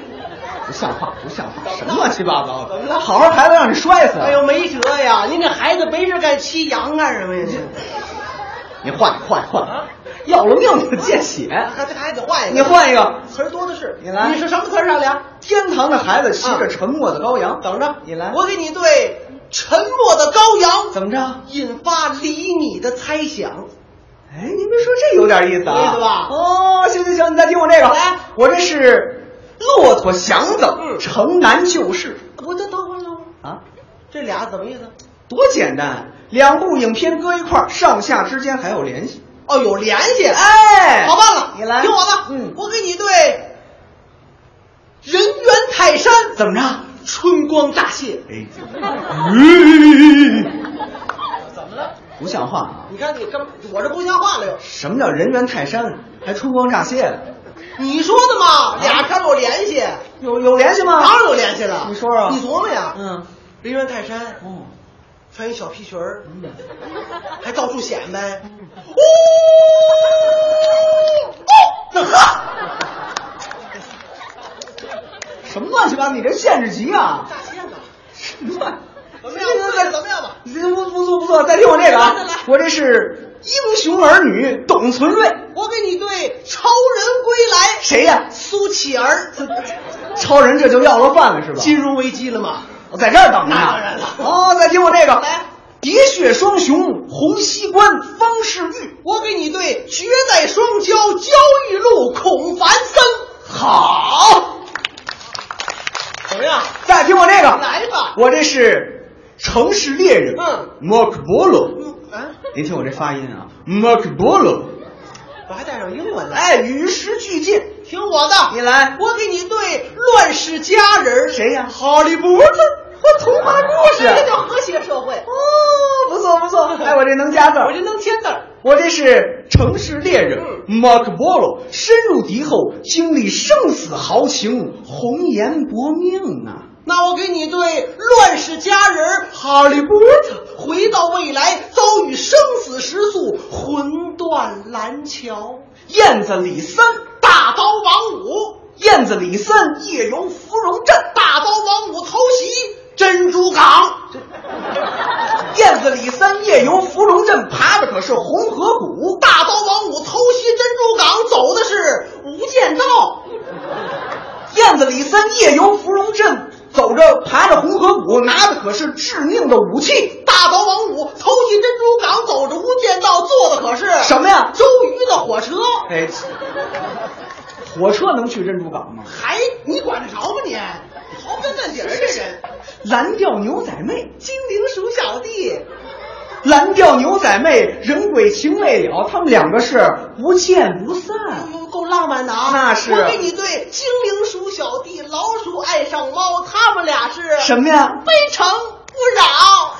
[SPEAKER 5] 不像话，不像话，什么乱七八糟的？
[SPEAKER 6] 怎么了
[SPEAKER 5] 好好抬头让你摔死！啊
[SPEAKER 6] 哎呦，，没辙呀！您这孩子没事干骑羊干什么呀？
[SPEAKER 5] 你换，你换，换，要了命的见血！
[SPEAKER 6] 你还这还得换一个，
[SPEAKER 5] 你换一个，
[SPEAKER 6] 词儿多的是。
[SPEAKER 5] 你来
[SPEAKER 6] 你是什么词儿上梁？
[SPEAKER 5] 天堂的孩子骑着沉默的羔羊，
[SPEAKER 6] 等着，
[SPEAKER 5] 你来。
[SPEAKER 6] 我给你对沉默的羔羊
[SPEAKER 5] 怎么着？
[SPEAKER 6] 引发离你的猜想。
[SPEAKER 5] 哎，您别说，这有点意思啊，
[SPEAKER 6] 有意思吧
[SPEAKER 5] 哦，行行行，你再听我这个，
[SPEAKER 6] 来
[SPEAKER 5] 我这是骆驼祥子，
[SPEAKER 6] 嗯
[SPEAKER 5] 城南旧事
[SPEAKER 6] 我这等会儿，等会儿，
[SPEAKER 5] 啊，
[SPEAKER 6] 这俩怎么意思？
[SPEAKER 5] 多简单，两部影片搁一块儿，上下之间还有联系。
[SPEAKER 4] 哦，有联系，
[SPEAKER 6] 哎
[SPEAKER 4] 好办了，
[SPEAKER 6] 你来
[SPEAKER 4] 听我的，
[SPEAKER 6] 嗯
[SPEAKER 4] 我给你对人猿泰山
[SPEAKER 6] 怎么着？
[SPEAKER 4] 春光乍泄，
[SPEAKER 6] 不像话啊！
[SPEAKER 4] 你看你干嘛，我这不像话了又，
[SPEAKER 6] 什么叫人猿泰山？啊还春光乍泄的？
[SPEAKER 4] 你说的嘛，俩片儿有联系，
[SPEAKER 6] 有有联系吗？
[SPEAKER 4] 当然有联系了，
[SPEAKER 6] 你说说
[SPEAKER 4] 你琢磨呀，
[SPEAKER 6] 嗯，
[SPEAKER 4] 人猿泰山，
[SPEAKER 6] 哦，
[SPEAKER 4] 穿一小皮裙儿，还到处显摆，呜、哦，呵，
[SPEAKER 6] 什么乱七八糟？你这限制级啊！
[SPEAKER 4] 大仙呐，
[SPEAKER 6] 什么乱？
[SPEAKER 4] 怎么样怎么样吧
[SPEAKER 6] 这不不错不错，再听我这个啊
[SPEAKER 4] 来来来！
[SPEAKER 6] 我这是英雄儿女董存瑞，
[SPEAKER 4] 我给你对超人归来，
[SPEAKER 6] 谁呀？
[SPEAKER 4] 苏乞儿，
[SPEAKER 6] 超人这就要了饭了是吧？
[SPEAKER 4] 金融危机了吗？
[SPEAKER 6] 我在这儿等着呢。
[SPEAKER 4] 那当然了
[SPEAKER 6] 哦，再听我这个
[SPEAKER 4] 来，
[SPEAKER 6] 喋血双雄洪熙官方世玉，
[SPEAKER 4] 我给你对绝代双骄焦裕禄孔繁森，
[SPEAKER 6] 好。
[SPEAKER 4] 怎么样？
[SPEAKER 6] 再听我这个，
[SPEAKER 4] 来吧
[SPEAKER 6] 我这是城市猎人，
[SPEAKER 4] 嗯
[SPEAKER 6] ，Mark Bolo。
[SPEAKER 4] 嗯啊，
[SPEAKER 6] 您听我这发音啊，Mark Bolo。
[SPEAKER 4] 我还带上英文呢。
[SPEAKER 6] 哎，与时俱进。
[SPEAKER 4] 听我的，
[SPEAKER 6] 你来
[SPEAKER 4] 我给你对乱世佳人
[SPEAKER 6] 谁呀
[SPEAKER 4] 哈利波特和童话故事，这叫和谐社会。
[SPEAKER 6] 哦，不错不错，
[SPEAKER 4] *laughs*
[SPEAKER 6] 哎，我这能加字儿，
[SPEAKER 4] 我这能签字儿，嗯
[SPEAKER 6] 我这是城市猎人 Mark Bolo，深入敌后，经历生死豪情，红颜薄命啊！
[SPEAKER 4] 那我给你对乱世佳人哈利波特回到未来遭遇生死时速，魂断蓝桥，
[SPEAKER 6] 燕子李三，
[SPEAKER 4] 大刀王五，
[SPEAKER 6] 燕子李三夜游芙蓉镇，
[SPEAKER 4] 大刀王五偷袭珍珠港，
[SPEAKER 6] 燕子李三夜游芙蓉镇，爬的可是红河谷。
[SPEAKER 4] 大刀王五偷袭珍珠港，走的是无间道。
[SPEAKER 6] 燕子李三夜游芙蓉镇，走着爬着红河谷，拿的可是致命的武器。
[SPEAKER 4] 大刀王五偷袭珍珠港，走着无间道，坐的可是
[SPEAKER 6] 什么呀？
[SPEAKER 4] 周瑜的火车。
[SPEAKER 6] 哎，火车能去珍珠港吗？
[SPEAKER 4] 还你管得着吗你？刨根问底儿这人，
[SPEAKER 6] 蓝调牛仔妹，
[SPEAKER 4] 精灵鼠小弟，
[SPEAKER 6] 蓝调牛仔妹，人鬼情未了，他们两个是不见不散。
[SPEAKER 4] 嗯够浪漫的啊！
[SPEAKER 6] 那是
[SPEAKER 4] 我给你对精灵鼠小弟、老鼠爱上猫，他们俩是
[SPEAKER 6] 什么呀？
[SPEAKER 4] 非诚勿扰。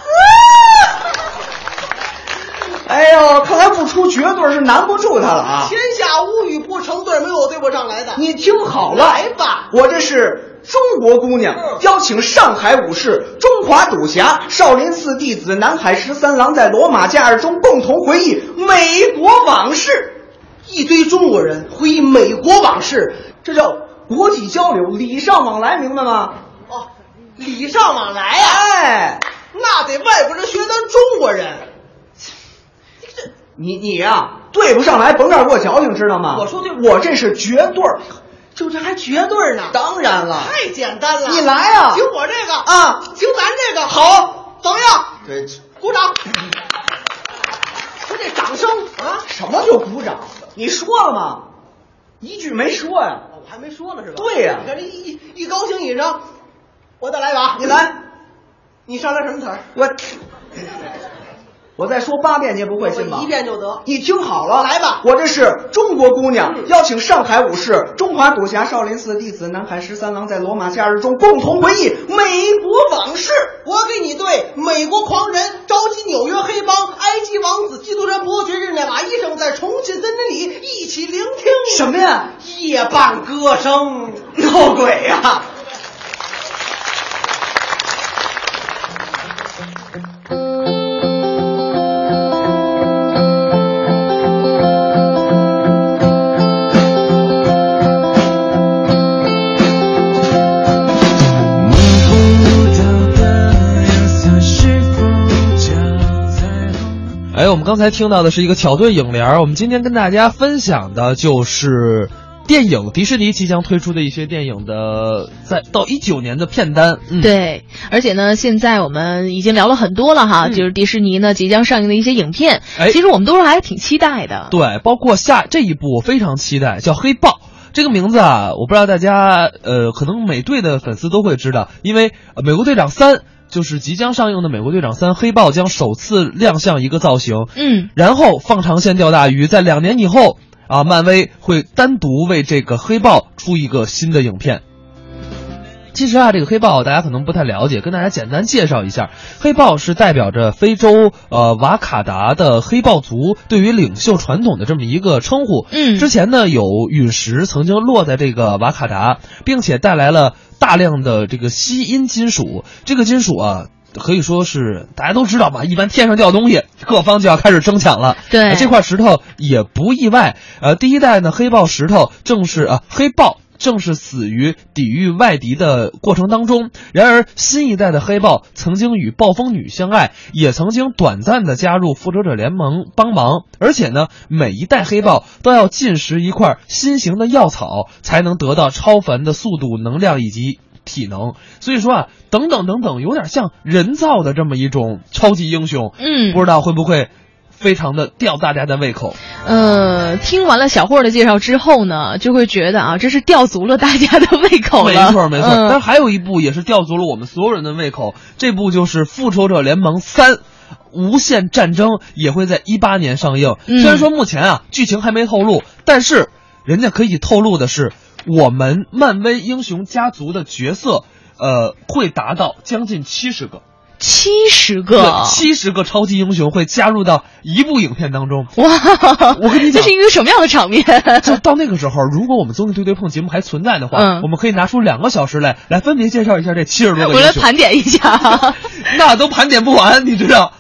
[SPEAKER 6] 哎呦，看来不出绝对是难不住他了啊！
[SPEAKER 4] 天下无语不成对，没有对不上来的。
[SPEAKER 6] 你听好了，
[SPEAKER 4] 来吧
[SPEAKER 6] 我这是中国姑娘，邀请上海武士、中华赌侠、少林寺弟子、南海十三郎在罗马假日中共同回忆美国往事。
[SPEAKER 4] 一堆中国人回忆美国往事，
[SPEAKER 6] 这叫国际交流，礼尚往来，明白吗？
[SPEAKER 4] 哦，礼尚往来呀、
[SPEAKER 6] 哎，
[SPEAKER 4] 那得外国人学咱中国人。
[SPEAKER 6] 你你呀、对不上来，甭这儿给我矫情，知道吗？
[SPEAKER 4] 我说对不
[SPEAKER 6] 我这是绝对儿。
[SPEAKER 4] 就这还绝对呢，
[SPEAKER 6] 当然了，
[SPEAKER 4] 太简单了。
[SPEAKER 6] 你来呀
[SPEAKER 4] 听我这个
[SPEAKER 6] 啊
[SPEAKER 4] 听咱这个好，怎么样？
[SPEAKER 6] 对，
[SPEAKER 4] 鼓掌！就这掌声啊！
[SPEAKER 6] 什么就鼓掌？你说了吗？一句没说呀、
[SPEAKER 4] 我还没说呢是吧？
[SPEAKER 6] 对呀
[SPEAKER 4] 你看这一一一高兴一声，我再来一把，
[SPEAKER 6] 你来，
[SPEAKER 4] 你上来什么词儿？
[SPEAKER 6] 我我再说八遍，你也不会信吧？
[SPEAKER 4] 我一遍就得。
[SPEAKER 6] 你听好了，
[SPEAKER 4] 来吧
[SPEAKER 6] 我这是中国姑娘，邀请上海武士、中华赌侠、少林寺弟子、南海十三郎在罗马假日中共同回忆美国往事。
[SPEAKER 4] 我给你对美国狂人、召集纽约黑帮、埃及王子、基督山伯爵、日内瓦医生在重庆森林里一起聆听
[SPEAKER 6] 什么呀？
[SPEAKER 4] 夜半歌声。啊
[SPEAKER 6] 闹鬼呀、
[SPEAKER 9] 摸不到的颜色是否叫彩虹？
[SPEAKER 1] 哎，我们刚才听到的是一个巧对影联儿，我们今天跟大家分享的就是电影迪士尼即将推出的一些电影的在到一九年的片单。嗯，，
[SPEAKER 2] 对，而且呢，现在我们已经聊了很多了哈，就是迪士尼呢即将上映的一些影片，
[SPEAKER 1] 嗯哎
[SPEAKER 2] 其实我们都还是挺期待的。
[SPEAKER 1] 对，包括下这一部我非常期待，叫《黑豹》。这个名字啊，我不知道大家呃，可能美队的粉丝都会知道，因为、呃美国队长三》就是即将上映的《美国队长三：黑豹》将首次亮相一个造型，
[SPEAKER 2] 嗯，
[SPEAKER 1] 然后放长线钓大鱼，在两年以后啊，漫威会单独为这个黑豹出一个新的影片。其实啊，这个黑豹大家可能不太了解，跟大家简单介绍一下，黑豹是代表着非洲呃瓦卡达的黑豹族对于领袖传统的这么一个称呼。
[SPEAKER 2] 嗯
[SPEAKER 1] 之前呢有陨石曾经落在这个瓦卡达，并且带来了大量的这个吸音金属，这个金属啊。可以说是大家都知道嘛，一般天上掉东西，各方就要开始争抢了。
[SPEAKER 2] 对
[SPEAKER 1] 啊这块石头也不意外。呃，第一代呢，黑豹石头正是啊、黑豹。正是死于抵御外敌的过程当中。然而，新一代的黑豹曾经与暴风女相爱，也曾经短暂的加入复仇者联盟帮忙。而且呢，每一代黑豹都要进食一块新型的药草，才能得到超凡的速度、能量以及体能。所以说啊，等等等等，有点像人造的这么一种超级英雄。
[SPEAKER 2] 嗯
[SPEAKER 1] 不知道会不会非常的吊大家的胃口。
[SPEAKER 2] 呃，听完了小霍的介绍之后呢，就会觉得啊，这是吊足了大家的胃口了。
[SPEAKER 1] 没错没错。
[SPEAKER 2] 嗯
[SPEAKER 1] 但是还有一部也是吊足了我们所有人的胃口，这部就是《复仇者联盟三》。无限战争也会在一八年上映，
[SPEAKER 2] 嗯
[SPEAKER 1] 虽然说目前啊剧情还没透露，但是人家可以透露的是，我们漫威英雄家族的角色，呃，会达到将近七十个，
[SPEAKER 2] 七十个，
[SPEAKER 1] 七十个超级英雄会加入到一部影片当中。
[SPEAKER 2] 哇！
[SPEAKER 1] 我跟你
[SPEAKER 2] 这
[SPEAKER 1] 讲
[SPEAKER 2] 是一个什么样的场
[SPEAKER 1] *laughs*
[SPEAKER 2] 面？
[SPEAKER 1] 就到那个时候，如果我们综艺对对碰节目还存在的话，
[SPEAKER 2] 嗯
[SPEAKER 1] 我们可以拿出两个小时来，来分别介绍一下这七十多个
[SPEAKER 2] 我来
[SPEAKER 1] 英雄，
[SPEAKER 2] 盘点一下。
[SPEAKER 1] 那都盘点不完，你知道。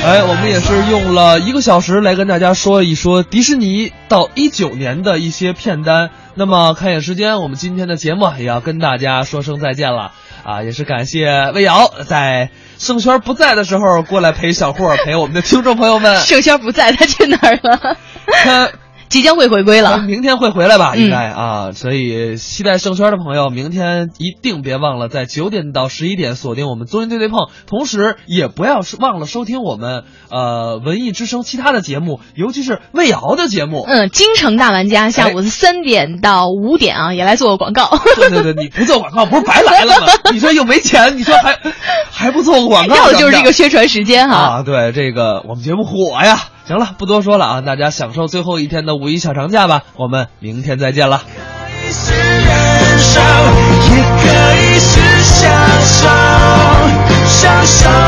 [SPEAKER 1] 哎，我们也是用了一个小时来跟大家说一说迪士尼到一九年的一些片单。那么看眼时间，我们今天的节目也要跟大家说声再见了啊！也是感谢魏瑶在盛轩不在的时候过来陪小霍陪我们的听众朋友
[SPEAKER 2] *laughs*
[SPEAKER 1] 们。
[SPEAKER 2] 盛轩不在，他去哪儿了？
[SPEAKER 1] 看
[SPEAKER 2] 即将会回归
[SPEAKER 1] 他
[SPEAKER 2] 了。
[SPEAKER 1] *laughs* 明天会回来吧，
[SPEAKER 2] 嗯
[SPEAKER 1] 应该啊，所以期待盛圈的朋友，明天一定别忘了在九点到十一点锁定我们综艺对对碰，同时也不要忘了收听我们呃文艺之声其他的节目，尤其是魏瑶的节目。
[SPEAKER 2] 嗯，京城大玩
[SPEAKER 1] 哎
[SPEAKER 2] 家下午三点到五点啊，也来做个广告，
[SPEAKER 1] 对对对，你不做广告不是白来了吗？
[SPEAKER 2] *laughs*
[SPEAKER 1] 你说又没钱，你说还还不做个广告，
[SPEAKER 2] 要的就是
[SPEAKER 1] 咱
[SPEAKER 2] 这
[SPEAKER 1] 们
[SPEAKER 2] 个宣传时间哈。
[SPEAKER 1] 啊，对这个我们节目火呀。行了，不多说了啊，大家享受最后一天的五一小长假吧，我们明天再见了。
[SPEAKER 6] 是燃烧，也可以是享受，享受。